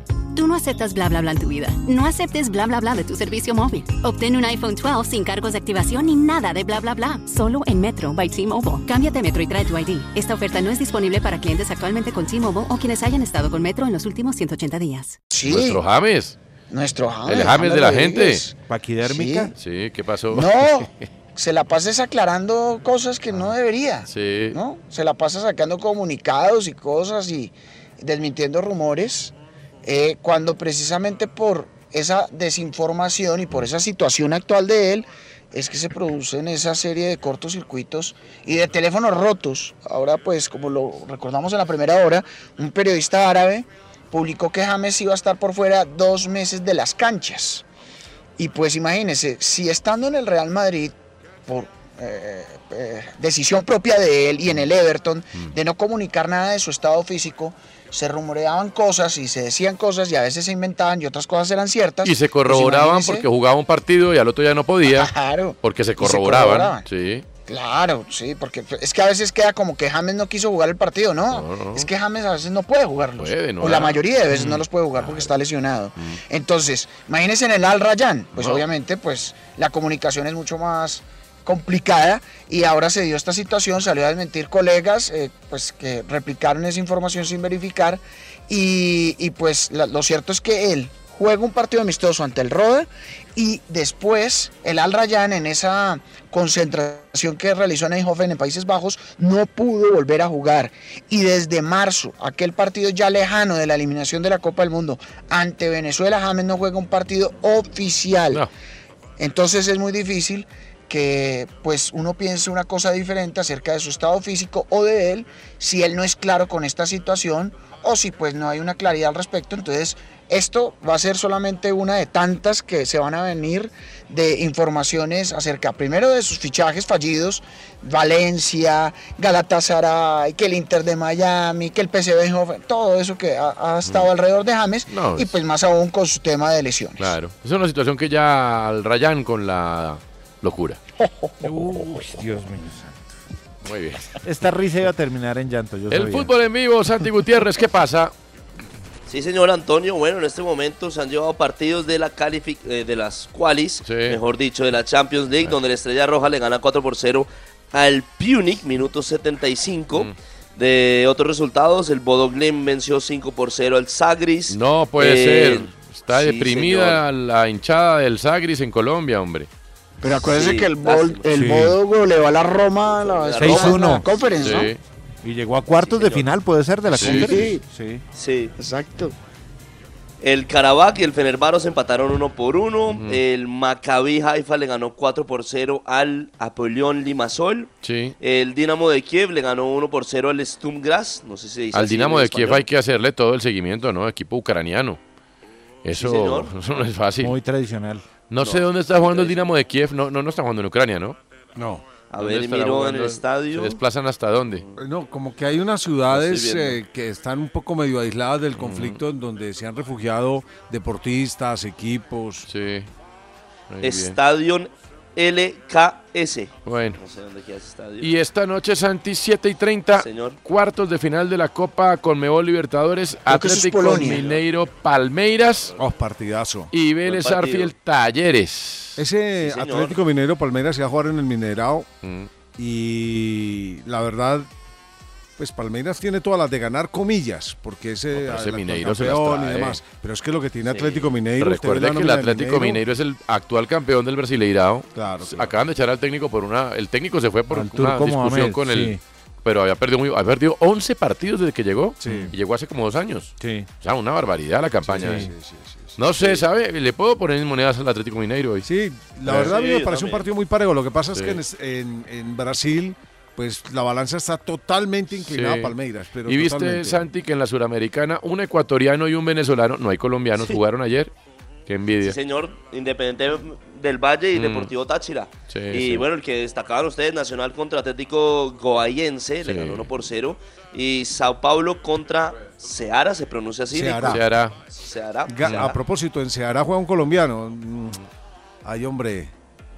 Tú no aceptas bla bla bla en tu vida. No aceptes bla bla bla de tu servicio móvil. Obtén un iPhone 12 sin cargos de activación ni nada de bla bla bla. Solo en Metro by T-Mobile. Cámbiate a Metro y trae tu ID. Esta oferta no es disponible para clientes actualmente con T-Mobile o quienes hayan estado con Metro en los últimos 180 días. Nuestro James. Nuestro James. El James de la gente. Rodríguez. ¿Paquidérmica? Sí, ¿qué pasó? No, se la pasas aclarando cosas que no debería. Sí. ¿no? Se la pasa sacando comunicados y cosas y desmintiendo rumores, eh, cuando precisamente por esa desinformación y por esa situación actual de él, es que se producen esa serie de cortocircuitos y de teléfonos rotos. Ahora, pues, como lo recordamos en la primera hora, un periodista árabe publicó que James iba a estar por fuera dos meses de las canchas. Y pues imagínense, si estando en el Real Madrid, por eh, eh, decisión propia de él y en el Everton, Mm. de no comunicar nada de su estado físico, se rumoreaban cosas y se decían cosas y a veces se inventaban y otras cosas eran ciertas. Y se Pues corroboraban imagínense, porque jugaba un partido y al otro ya no podía. Claro. Porque se Y se corroboraban. corroboraban. Sí. Claro, sí, porque es que a veces queda como que James no quiso jugar el partido, ¿no? Es que James a veces no puede jugarlos. Puede, no o la da. Mm. mayoría de veces no los puede jugar porque está lesionado. Entonces, imagínense en el Al Rayyan, pues obviamente pues la comunicación es mucho más complicada y ahora se dio esta situación, salió a desmentir colegas eh, pues que replicaron esa información sin verificar y, y, pues la- lo cierto es que él juega un partido amistoso ante el Roda y después el Al Rayyan en esa concentración que realizó en Eindhoven en Países Bajos no pudo volver a jugar y desde marzo aquel partido ya lejano de la eliminación de la Copa del Mundo ante Venezuela James no juega un partido oficial entonces es muy difícil que pues uno piense una cosa diferente acerca de su estado físico o de él si él no es claro con esta situación o si pues no hay una claridad al respecto. Entonces esto va a ser solamente una de tantas que se van a venir de informaciones acerca primero de sus fichajes fallidos, Valencia, Galatasaray, que el Inter de Miami, que el PSV Eindhoven, todo eso que ha, ha estado alrededor de James Mm. No, y es- pues más aún con su tema de lesiones. Claro. Es una situación que ya al Rayán con la locura. Uy, Dios mío. Muy bien. Esta risa iba a terminar en llanto. Yo El sabía. fútbol en vivo, Santi Gutiérrez, ¿qué pasa? Sí, señor Antonio. Bueno, en este momento se han llevado partidos de la califi- eh, de las qualis, mejor dicho, de la Champions League, donde la Estrella Roja le gana 4 por 0 al Punic, minuto 75. Mm. De otros resultados, el Bodoglim venció 5 por 0 al Sagris. No puede Eh, ser. Está sí, deprimida la hinchada del Sagris en Colombia, hombre. Pero acuérdense Sí, que el, bol, lástima. el Sí. Bodo goleó a la Roma la vez pasada en la conference, ¿no? Sí. Y llegó a cuartos de final, puede ser, de la Sí. Conference. Sí. Sí. Exacto. El Karabakh y el Fenerbahce empataron 1 por 1. El Maccabi Haifa le ganó 4 por 0 al Apollón Limasol. Sí. El Dinamo de Kiev le ganó 1 por 0 al Stumgras. No sé si se dice Al así en Dinamo de español. Kiev hay que hacerle todo el seguimiento, ¿no? Equipo ucraniano. Eso, señor. eso no es fácil. Muy tradicional. No, sé dónde está jugando el Dinamo de Kiev. No, no, no está jugando en Ucrania, ¿no? No. A ¿Dónde ver, estará miro en jugando? el estadio. ¿Se desplazan hasta dónde? No, como que hay unas ciudades viendo. eh, que están un poco medio aisladas del conflicto, en donde se han refugiado deportistas, equipos. Sí. Estadio LKS. Bueno. No sé dónde queda ese estadio. Y esta noche, Santi, 7 y 30, cuartos de final de la Copa Conmebol Libertadores, Creo que eso es Atlético Polonia. Mineiro Palmeiras. Oh, partidazo. Y Vélez Buen partido. Arfield Talleres. Sí, Ese señor. Atlético Minero Palmeiras se va a jugar en el Minerao. Mm. Y la verdad, pues Palmeiras tiene todas las de ganar, comillas, porque ese, pero ese el actual Mineiro se las campeón trae. y demás. Pero es que lo que tiene Atlético Mineiro. usted ve Recuerda que la el nómina del Atlético Mineiro es el actual campeón del Brasileirao. Claro, Acaban de echar al técnico por una. El técnico se fue por Al una Turco discusión Mohamed, con el. sí. Pero había perdido, muy, había perdido 11 partidos desde que llegó. Y llegó hace como dos años. O sea, una barbaridad la campaña. Sí, ¿eh? no sé, ¿sabe? Le puedo poner en monedas al Atlético Mineiro hoy. Sí, La verdad, a mí me parece un partido muy parejo. Lo que pasa es que en es- en, en Brasil, pues la balanza está totalmente inclinada a Palmeiras. Pero y viste, totalmente. Santi, que en la Suramericana un ecuatoriano y un venezolano, no hay colombianos, Sí. jugaron ayer. Qué envidia. Sí, señor, Independiente del Valle y Mm. Deportivo Táchira. Sí, y sí. bueno, el que destacaban ustedes, Nacional contra Atlético Goayense, Sí. le ganó 1 por 0. Y Sao Paulo contra Ceará, se pronuncia así. Ceará. Nico? Ceará. Ceará. Ga- Ceará. A propósito, en Ceará juega un colombiano. Mm, Ay, hombre.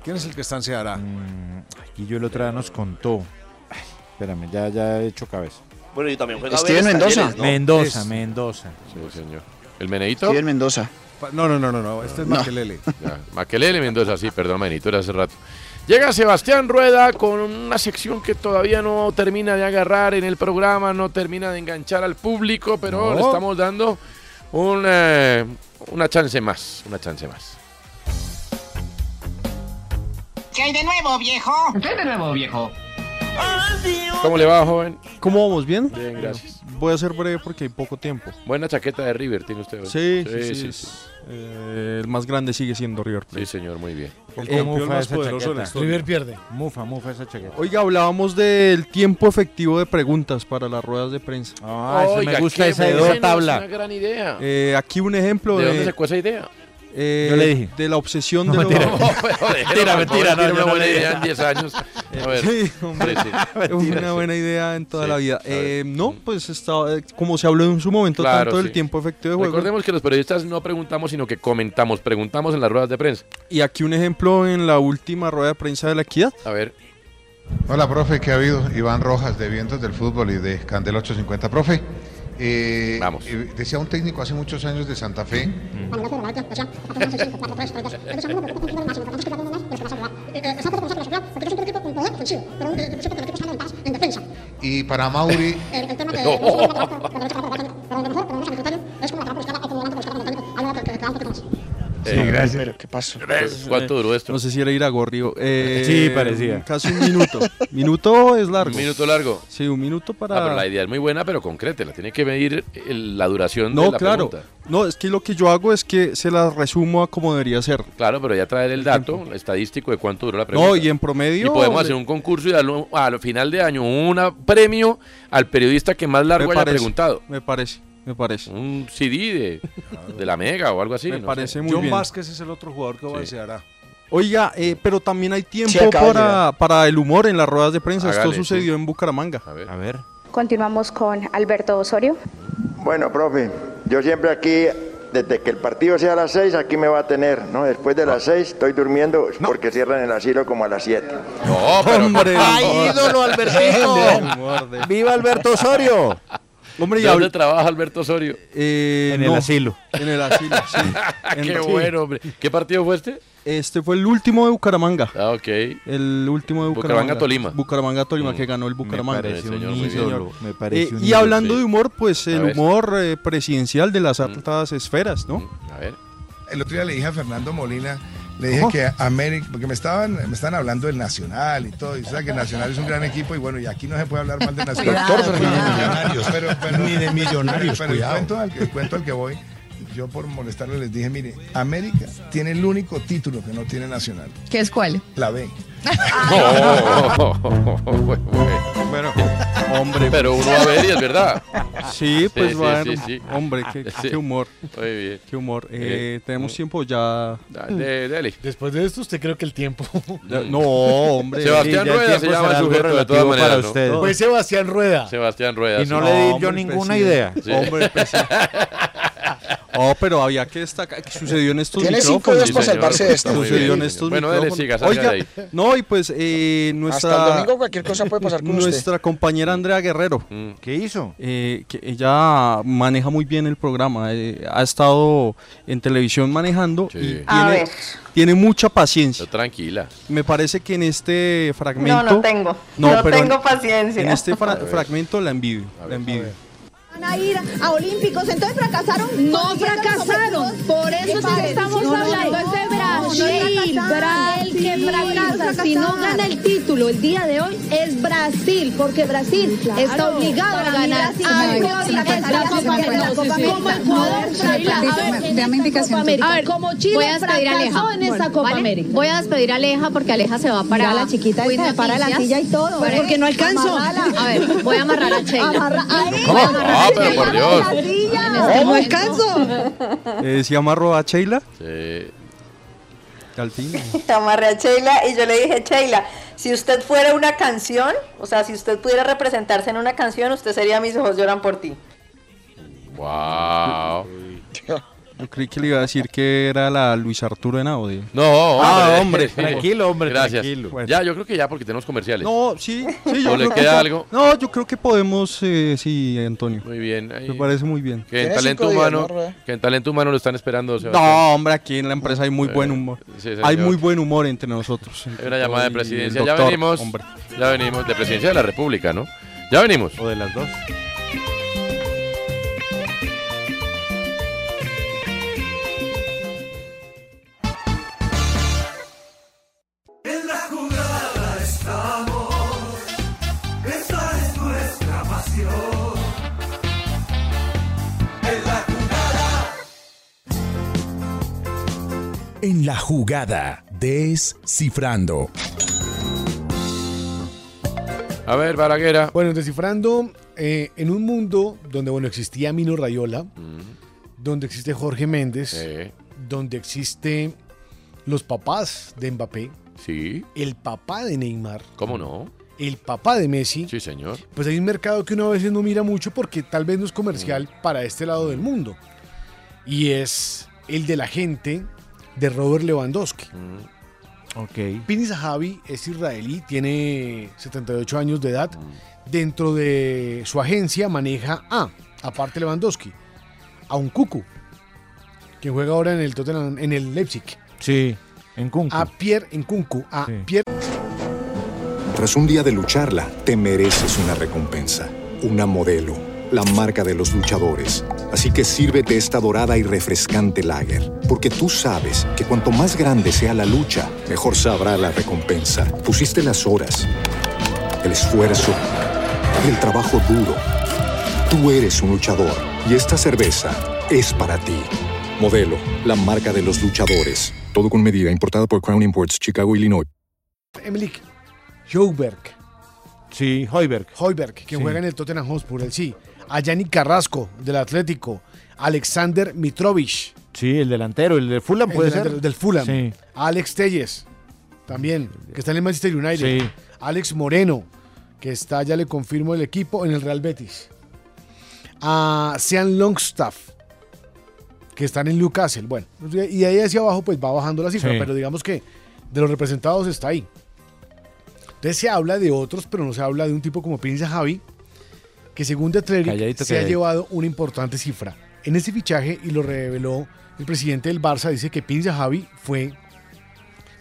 ¿Quién es el que está en Ceará? Mm, Aquí yo el otro día nos contó. Ay, espérame, ya, ya he hecho cabeza. Bueno, y también juega Steven Vélez Mendoza. Talleres, ¿no? Mendoza, Es- Mendoza. Sí, señor. ¿El Meneito? Steven Mendoza. No, no, no, no, no. Este es No. Makelele. Ya, Maquelele Mendoza, sí, perdón, Menito, era hace rato. Llega Sebastián Rueda con una sección que todavía no termina de agarrar en el programa, no termina de enganchar al público, pero No. le estamos dando un, eh, una chance más, una chance más. ¿Qué hay de nuevo, viejo? ¿Qué hay de nuevo, viejo? ¿Cómo le va, joven? ¿Cómo vamos? ¿Bien? Bien, gracias. Voy a ser breve porque hay poco tiempo. Buena chaqueta de River tiene usted hoy. Sí, sí, sí. es, eh, el más grande sigue siendo River Plate. Sí, señor, muy bien. El Eh, campeón mufa más esa poderoso de la chaqueta. historia. River pierde. Mufa, mufa esa chaqueta. Oiga, hablábamos del tiempo efectivo de preguntas para las ruedas de prensa. Ah, esa me Oiga, gusta, qué esa de buena, dos tabla. es una gran idea. Eh, aquí un ejemplo ¿De de... dónde sacó esa idea? eh, Yo le dije. De la obsesión No, de... mentira. los- Mentira, mentira, no, Tiene una yo no le buena dije. idea. En 10 años. A ver. Sí, hombre. Sí, sí. Es Mentira, una sí. buena idea en toda Sí, la a vida. ver. Mm. Eh, no, pues está, eh, como se habló en su momento Claro, tanto del sí. tiempo efectivo de juego. Recordemos que los periodistas no preguntamos, sino que comentamos. Preguntamos en las ruedas de prensa. Y aquí un ejemplo en la última rueda de prensa de la equidad. A ver. Hola, Eh, profe, ¿qué ha habido? Iván Rojas de Vientos del Fútbol y de Candel 850. Profe, eh, eh, decía un técnico hace muchos años de Santa Fe, Mm. y para Mauri... Sí, gracias. Pero, ¿qué pasó? eh, ¿Cuánto duró esto? No sé si era Iragorri. o- eh, Sí, parecía. Casi un minuto. minuto es largo. Un minuto largo. Sí, un minuto para... Ah, pero la idea es muy buena, pero concrétela. Tiene que medir el- la duración de no, la claro. pregunta. No, es que lo que yo hago es que se la resumo a como debería ser. Claro, pero ya traer el dato estadístico de cuánto duró la pregunta. y en promedio- eh, Y podemos hacer un concurso y darlo al final de año un premio al periodista que más largo Me haya parece, preguntado. Me parece, me parece. Un CD de, de la Mega o algo así. Me no parece sé. muy bien. Vázquez es el otro jugador que va a Sí. Ceará. Oiga, eh, pero también hay Sí, tiempo acaba de para, llegar. para el humor en las ruedas de prensa. Hágale, Esto sucedió en Bucaramanga. A ver. Continuamos con Alberto Osorio. Bueno, profe, yo siempre aquí, desde que el partido sea a las 6, aquí me va a tener, ¿no? Después de las 6 estoy durmiendo porque cierran el asilo como a las 7. No, pero... ¡Ay, ídolo, Albertito! ¡Viva Alberto Osorio! Hombre, y ¿De dónde habl- trabaja Alberto Osorio? Eh, no, En el asilo, sí. En- Qué sí. bueno, hombre. ¿Qué partido fue este? Este fue el último de Bucaramanga. Ah, ok. El último de Bucaramanga. Bucaramanga-Tolima. Bucaramanga-Tolima, Mm. que ganó el Me Bucaramanga. parece un Sí, ídolo, me parece un y ídolo, hablando sí. de humor, pues A el ver. Mm. humor eh, presidencial de las altas esferas, ¿no? A ver. El otro día le dije a Fernando Molina, le dije ¿Cómo? que América, porque me estaban, me estaban hablando del Nacional y todo, y usted sabe que el Nacional es un gran equipo, y bueno, y aquí no se puede hablar mal del Nacional. Doctor, pero ni de millonarios, Ni de millonarios, pero, pero- ni de millonarios, pero el cuidado. cuento al, el cuento al que voy, yo por molestarle les dije, mire, América tiene el único título que no tiene Nacional, ¿Qué es cuál? la B. Ah. Oh, bueno, hombre. Pero uno va a ver y es verdad. Sí, pues sí, bueno. sí, sí. Hombre, qué, Sí. qué humor. Muy bien. Qué humor. Eh, Eh, tenemos tiempo ya. Hmm. Dale, dale. Después de esto, ¿usted cree que el tiempo? no, hombre. Sebastián Rueda se llama el sujeto de todas maneras. ¿no? Fue Pues Sebastián Rueda. Sebastián Rueda. Y no le di yo hombre, ninguna presidente. idea. Sí. Hombre, Oh, pero había que destacar que sucedió en estos Tiene cinco micrófonos. días para Sí, señor. salvarse de esta. Está muy Sucedió bien, en sí, estos señor. Bueno, dele, siga, micrófonos. salga de ahí. Oiga, no, y pues eh, nuestra... Hasta el domingo cualquier cosa puede pasar con usted. Nuestra compañera Andrea Guerrero. eh, ¿Qué hizo? que ella maneja muy bien el programa. eh, ha estado en televisión manejando y tiene, A ver. tiene mucha paciencia. tranquila. Me parece que en este No, fragmento... no tengo. No, pero en- tengo paciencia. En este fra- A ver. fragmento la envidio. la envidio. van a ir a Olímpicos, entonces fracasaron. No fracasaron, por eso es que estamos hablando, es de Brasil, Brasil, que fracasa, si no gana el título el día de hoy es Brasil, porque Brasil está obligado a ganar Ay, algo sí, fracasaron, sí, fracasaron, sí, sí. como Ecuador, Fracasaron. dame indicación. América. A ver, como Voy Chile a despedir a fracasó Aleja. en esa Bueno, Copa ¿vale? América. Voy a despedir a Aleja porque Aleja se va para. Mira, la chiquita Quiz esta, para la Noticias. silla y todo. Para- Porque no alcanzo. Amarrala. A ver, voy a amarrar a Sheila. Amarra- ahí. ¿Cómo? Ah, pero por Dios. No alcanzo. Eh, ¿Sí amarró a Sheila? Sí. Al fin. Amarré a Sheila y yo le dije, Sheila, si usted fuera una canción, o sea, si usted pudiera representarse en una canción, usted sería Mis ojos lloran por ti. Wow. Yo creí que le iba a decir que era la Luis Arturo Henao. de- No, Ah, hombre. Gracias. Ya, yo creo que ya, porque tenemos comerciales. No, sí, sí, yo ¿O le creo que- queda algo? No, yo creo que podemos, eh, sí, Antonio. Muy bien. ahí. Me parece muy bien. Que en talento humano, que en talento humano lo están esperando. Sebastián. No, hombre, aquí en la empresa hay muy buen humor. Eh, Sí, señor. hay muy buen humor entre nosotros. Hay una llamada de Y presidencia. el Ya doctor, venimos. hombre. Ya venimos. De presidencia de la República, ¿no? Ya venimos. O de las dos. En la jugada estamos, esta es nuestra pasión. En la jugada. En la jugada, descifrando. A ver, Baraguera. Bueno, descifrando, eh, en un mundo donde, bueno, existía Mino Rayola, donde existe Jorge Méndez, donde existe los papás de Mbappé, Sí. el papá de Neymar, ¿Cómo no? el papá de Messi, Sí, señor. pues hay un mercado que uno a veces no mira mucho porque tal vez no es comercial Mm. para este lado del mundo. Y es el de la gente de Robert Lewandowski. Mm. Ok. Pini Zahavi es israelí, tiene 78 años de edad. Mm. Dentro de su agencia maneja a, aparte Lewandowski, a un Cucu, que juega ahora en el Tottenham, en el Leipzig. Sí, en Kunku. A Pierre en Kunku, a Pierre. Tras un día de lucharla, te mereces una recompensa, una modelo, la marca de los luchadores. Así que sírvete esta dorada y refrescante lager, porque tú sabes que cuanto más grande sea la lucha, mejor sabrá la recompensa. Pusiste las horas, el esfuerzo, el trabajo duro. Tú eres un luchador y esta cerveza es para ti. Modelo, la marca de los luchadores. Todo con medida, importada por Crown Imports, Chicago, Illinois. Emilic, Joberg, Sí, Hoiberg. Hoiberg, que Sí. juega en el Tottenham Hotspur, el sí. A Yanni Carrasco, del Atlético. Alexander Mitrovic, Sí, el delantero, el del Fulham el puede delantero ser. del Fulham. Sí. Alex Telles, también, que está en el Manchester United. Sí. Alex Moreno, que está, ya le confirmo, el equipo en el Real Betis. A Sean Longstaff, que están en Newcastle. Bueno, y de ahí hacia abajo, pues va bajando la cifra, Sí. pero digamos que de los representados está ahí. Entonces se habla de otros, pero no se habla de un tipo como Prince Javi, que según The Athletic Calladito, se ha calladito. llevado una importante cifra. En ese fichaje, y lo reveló el presidente del Barça, dice que Prince Javi fue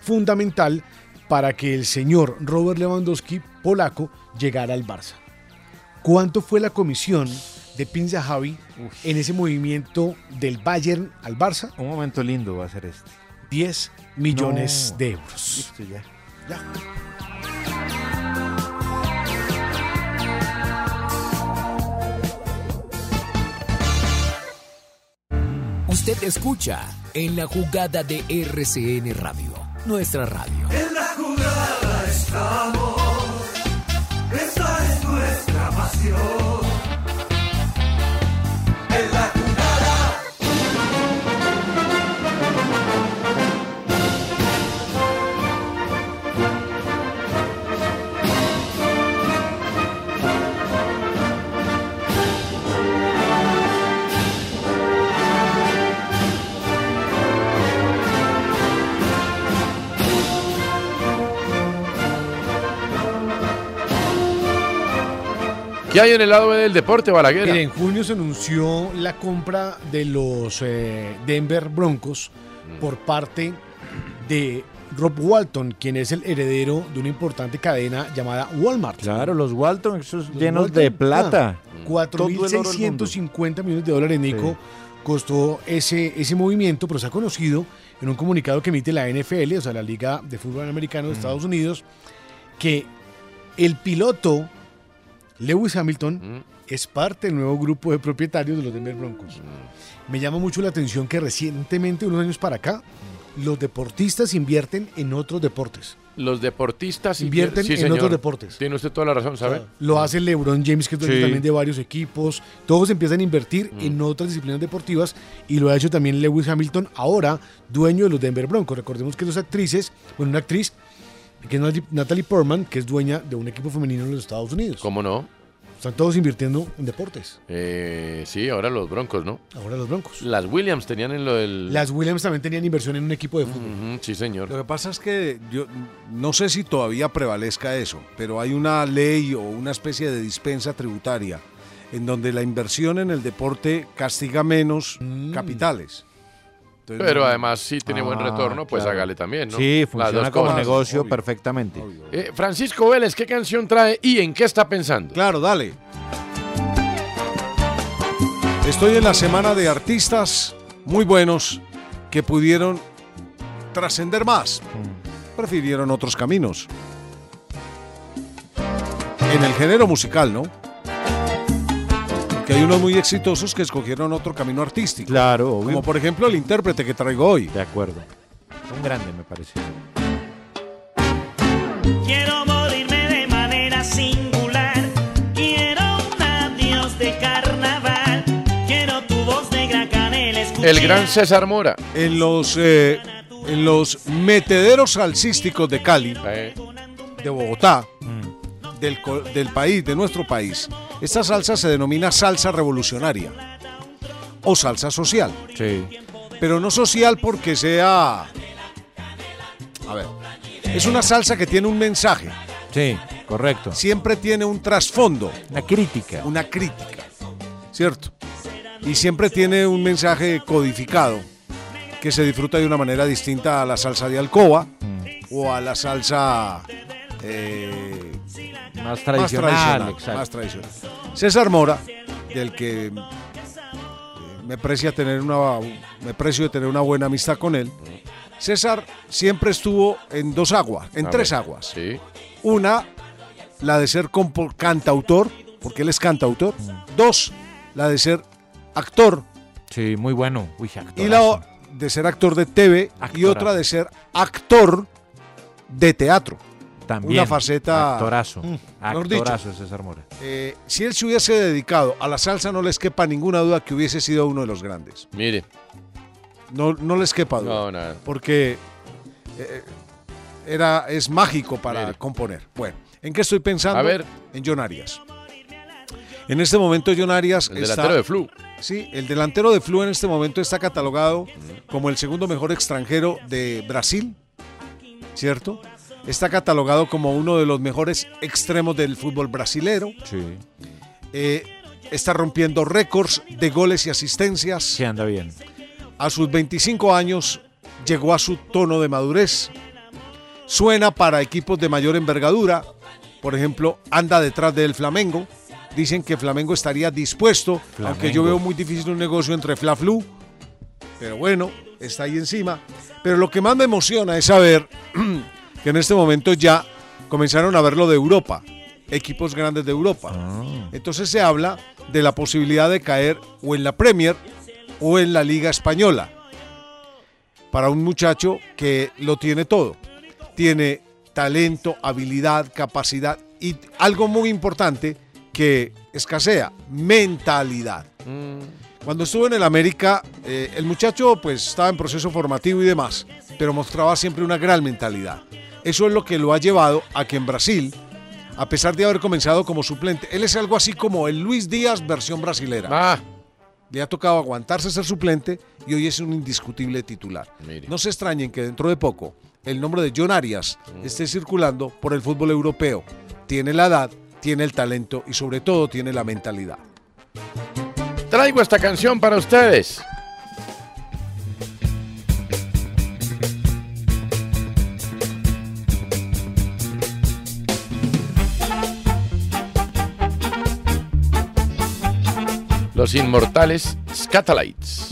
fundamental para que el señor Robert Lewandowski, polaco, llegara al Barça. ¿Cuánto fue la comisión de Pinza Javi en ese movimiento del Bayern al Barça? Un momento lindo va a ser este. 10 millones No. de euros. Listo, ya. Usted escucha en la jugada de RCN Radio, nuestra radio. En la jugada estamos, esta es nuestra pasión. En la jugada. Bueno, ¿Qué hay en el lado B del deporte, Balaguer? Mire, en junio se anunció la compra de los eh, Denver Broncos por parte de Rob Walton, quien es el heredero de una importante cadena llamada Walmart. ah, Claro, los Walton, esos llenos de plata. Todo el oro del mundo. 4.650 millones de dólares, Nico, costó ese, ese movimiento, pero se ha conocido en un comunicado que emite la NFL, o sea, la Liga de Fútbol Americano de Estados Unidos, que el piloto Lewis Hamilton es parte del nuevo grupo de propietarios de los Denver Broncos. Me llama mucho la atención que recientemente, unos años para acá, los deportistas invierten en otros deportes. Los deportistas Invierten en otros deportes. Tiene usted toda la razón, ¿sabe? Lo hace LeBron James, que es dueño Sí. Mm. también de varios equipos. Todos empiezan a invertir en otras disciplinas deportivas y lo ha hecho también Lewis Hamilton, ahora dueño de los Denver Broncos. Recordemos que dos actrices, bueno, una actriz que es Nat- Natalie Portman, que es dueña de un equipo femenino en los Estados Unidos. ¿Cómo no? Están todos invirtiendo en deportes. Eh, sí, ahora los Broncos, ¿no? Ahora los Broncos. Las Williams tenían en lo del... Las Williams también tenían inversión en un equipo de fútbol. Ujú, sí, señor. Lo que pasa es que yo no sé si todavía prevalezca eso, pero hay una ley o una especie de dispensa tributaria en donde la inversión en el deporte castiga menos capitales. Entonces, Pero no- además, si tiene buen Ah, retorno, pues claro. hágale también, ¿no? Sí, Las funciona dos como cosas. negocio perfectamente. Eh, Francisco Vélez, ¿qué canción trae y en qué está pensando? Claro, dale. Estoy en la semana de artistas muy buenos que pudieron trascender más. Prefirieron otros caminos. En el género musical, ¿no? Que hay unos muy exitosos que escogieron otro camino artístico. Claro, obvio. Como por ejemplo el intérprete que traigo hoy. De acuerdo. Un grande, me parece. Quiero morirme de manera singular. Quiero un adiós de carnaval. Quiero tu voz negra canela. escuchar. César Mora. En los, eh, en los metederos salsísticos de Cali, de Bogotá, Mm. del, co- del país, de nuestro país, esta salsa se denomina salsa revolucionaria o salsa social. Sí. Pero no social porque sea... A ver, es una salsa que tiene un mensaje. Sí, correcto. Siempre tiene un trasfondo. Una crítica. Una crítica, ¿cierto? Y siempre tiene un mensaje codificado que se disfruta de una manera distinta a la salsa de alcoba o a la salsa... eh, Más tradicional, exacto. César Mora, del que eh, me precia tener una me precio de tener una buena amistad con él. César siempre estuvo en dos aguas, en A tres ver, aguas. Sí. Una, la de ser compo- cantautor, porque él es cantautor. Dos, la de ser actor. Sí, muy bueno. Uy, actorazo. Y la o- de ser actor de TV. Y Actorazo. otra de ser actor de teatro. También. Una faceta. Actorazo. Mm, mejor dicho. Actorazo es César Mora. Eh, si él se hubiese dedicado a la salsa, no les quepa ninguna duda que hubiese sido uno de los grandes. Mire. No, no les quepa duda. No, nada. Porque 呃 eh, era, es mágico para componer. Bueno, ¿en qué estoy pensando? A ver. En John Arias. En este momento John Arias El delantero de Flu. Sí, el delantero de Flu en este momento está catalogado como el segundo mejor extranjero de Brasil, ¿cierto? Está catalogado como uno de los mejores extremos del fútbol brasilero. Sí. Eh, está rompiendo récords de goles y asistencias. Sí, anda bien. A sus 25 años llegó a su tono de madurez. Suena para equipos de mayor envergadura. Por ejemplo, anda detrás del Flamengo. Dicen que Flamengo estaría dispuesto, aunque yo Flamengo. veo muy difícil un negocio entre Fla Flu. Pero bueno, está ahí encima. Pero lo que más me emociona es saber que en este momento ya comenzaron a verlo de Europa, equipos grandes de Europa. Entonces se habla de la posibilidad de caer o en la Premier o en la Liga Española. Para un muchacho que lo tiene todo. Tiene talento, habilidad, capacidad y algo muy importante que escasea, mentalidad. 嗯 Cuando estuvo en el América, eh, el muchacho pues estaba en proceso formativo y demás, pero mostraba siempre una gran mentalidad. Eso es lo que lo ha llevado a que en Brasil, a pesar de haber comenzado como suplente, él es algo así como el Luis Díaz versión brasilera. Le ha tocado aguantarse ser suplente y hoy es un indiscutible titular. No se extrañen que dentro de Mm. poco el nombre de John Arias esté circulando por el fútbol europeo. Tiene la edad, tiene el talento y sobre todo tiene la mentalidad. Traigo esta canción para ustedes. Los inmortales Scatalites.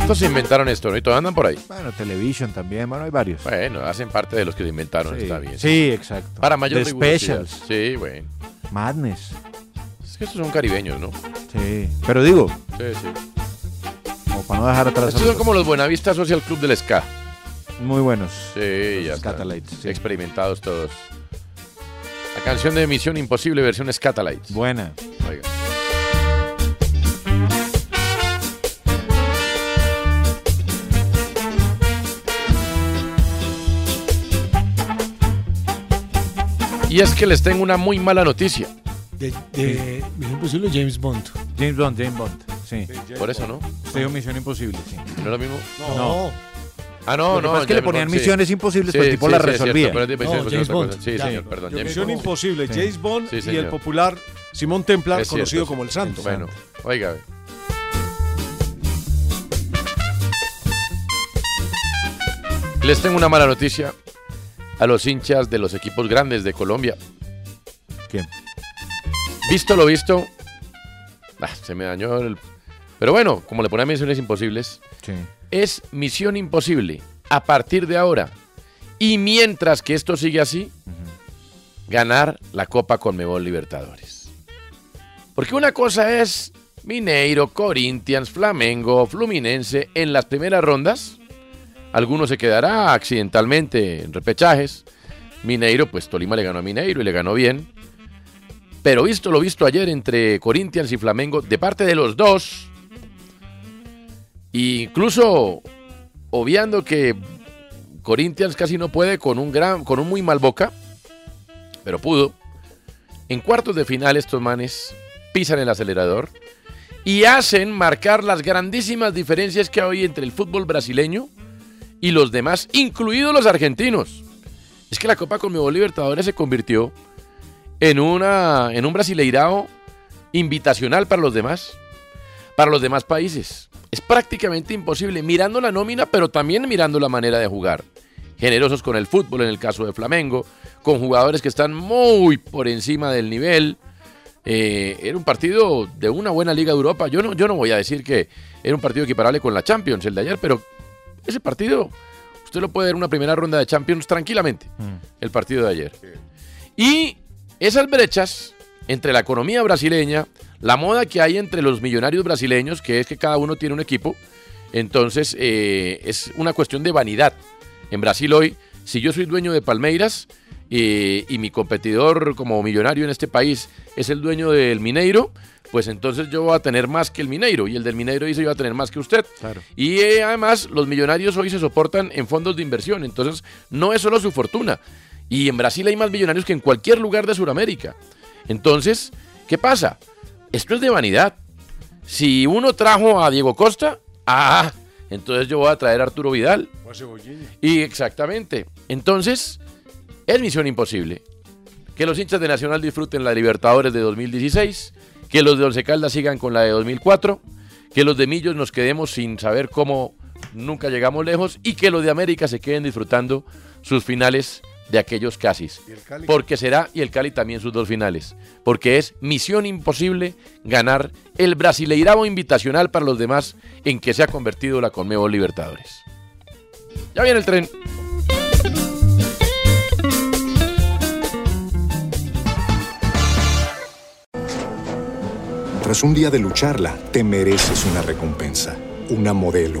Estos inventaron esto, ¿no? Y todos andan por ahí. Bueno, Television también, bueno, hay varios. Bueno, hacen parte de los que lo inventaron, está bien. Sí, exacto. Para mayor The rigurosidad. Specials. Sí, bueno. Madness. Es que estos son caribeños, ¿no? Sí. Pero digo, Sí, sí. como para no dejar atrás. a Estos los son como los Buenavista Social Club del Ska. Muy buenos. Sí, ya están. Experimentados todos. La canción de Misión Imposible, versión Scatalites. Buena. Oiga. Y es que les tengo una muy mala noticia. De, Eh, de Misión Imposible, James Bond. James Bond, James Bond. Sí. Por eso, ¿no? Usted dijo Misión Imposible, sí. ¿No es lo mismo? No. Ah, no, Lo que no. pasa es que le James ponían Bond, sí. misiones imposibles, pero el tipo la sí, es resolvía. cierto, pero es No, Misión Imposible James es otra Bond. cosa. Sí, Ya. señor, perdón. James Misión Bond. Imposible, Sí. James Bond Sí, y el señor. popular Simón Templar, Es conocido cierto. como el Santo. Bueno, oiga. Les tengo una mala noticia a los hinchas de los equipos grandes de Colombia. ¿Quién? Visto lo visto. ah, se me dañó el. Pero bueno, como le ponen misiones imposibles, Sí. es misión imposible a partir de ahora. Y mientras que esto sigue así, ganar la Copa Conmebol Libertadores. Porque una cosa es Mineiro, Corinthians, Flamengo, Fluminense en las primeras rondas. Algunos se quedará accidentalmente en repechajes. Mineiro, pues Tolima le ganó a Mineiro y le ganó bien. Pero visto lo visto ayer entre Corinthians y Flamengo, de parte de los dos, e incluso obviando que Corinthians casi no puede con un gran, con un muy mal boca, pero pudo. En cuartos de final estos manes pisan el acelerador y hacen marcar las grandísimas diferencias que hay entre el fútbol brasileño y los demás, incluidos los argentinos. Es que la Copa Conmebol Libertadores se convirtió en, una, en un brasileirao invitacional para los demás, para los demás países. Es prácticamente imposible, mirando la nómina, pero también mirando la manera de jugar. Generosos con el fútbol en el caso de Flamengo, con jugadores que están muy por encima del nivel. Eh, era un partido de una buena Liga de Europa. Yo no, yo no voy a decir que era un partido equiparable con la Champions, el de ayer, pero ese partido usted lo puede ver en una primera ronda de Champions tranquilamente, el partido de ayer. Y esas brechas entre la economía brasileña, la moda que hay entre los millonarios brasileños, que es que cada uno tiene un equipo, entonces eh, es una cuestión de vanidad. En Brasil hoy, si yo soy dueño de Palmeiras eh, y mi competidor como millonario en este país es el dueño del Mineiro, pues entonces yo voy a tener más que el Mineiro y el del Mineiro dice yo voy a tener más que usted. Y eh, además los millonarios hoy se soportan en fondos de inversión, entonces no es solo su fortuna. Y en Brasil hay más millonarios que en cualquier lugar de Sudamérica. Entonces, ¿qué pasa? Esto es de vanidad. Si uno trajo a Diego Costa, ah, entonces yo voy a traer a Arturo Vidal. Y exactamente. Entonces, es misión imposible. Que los hinchas de Nacional disfruten la Libertadores de 2016, que los de Once Caldas sigan con la de 2004, que los de Millos nos quedemos sin saber cómo nunca llegamos lejos y que los de América se queden disfrutando sus finales de aquellos casis. Cali. Porque será, y el Cali también sus dos finales, porque es misión imposible ganar el Brasileirao Invitacional para los demás en que se ha convertido la Conmebol Libertadores. Ya viene el tren. Tras un día de lucharla, te mereces una recompensa, una modelo,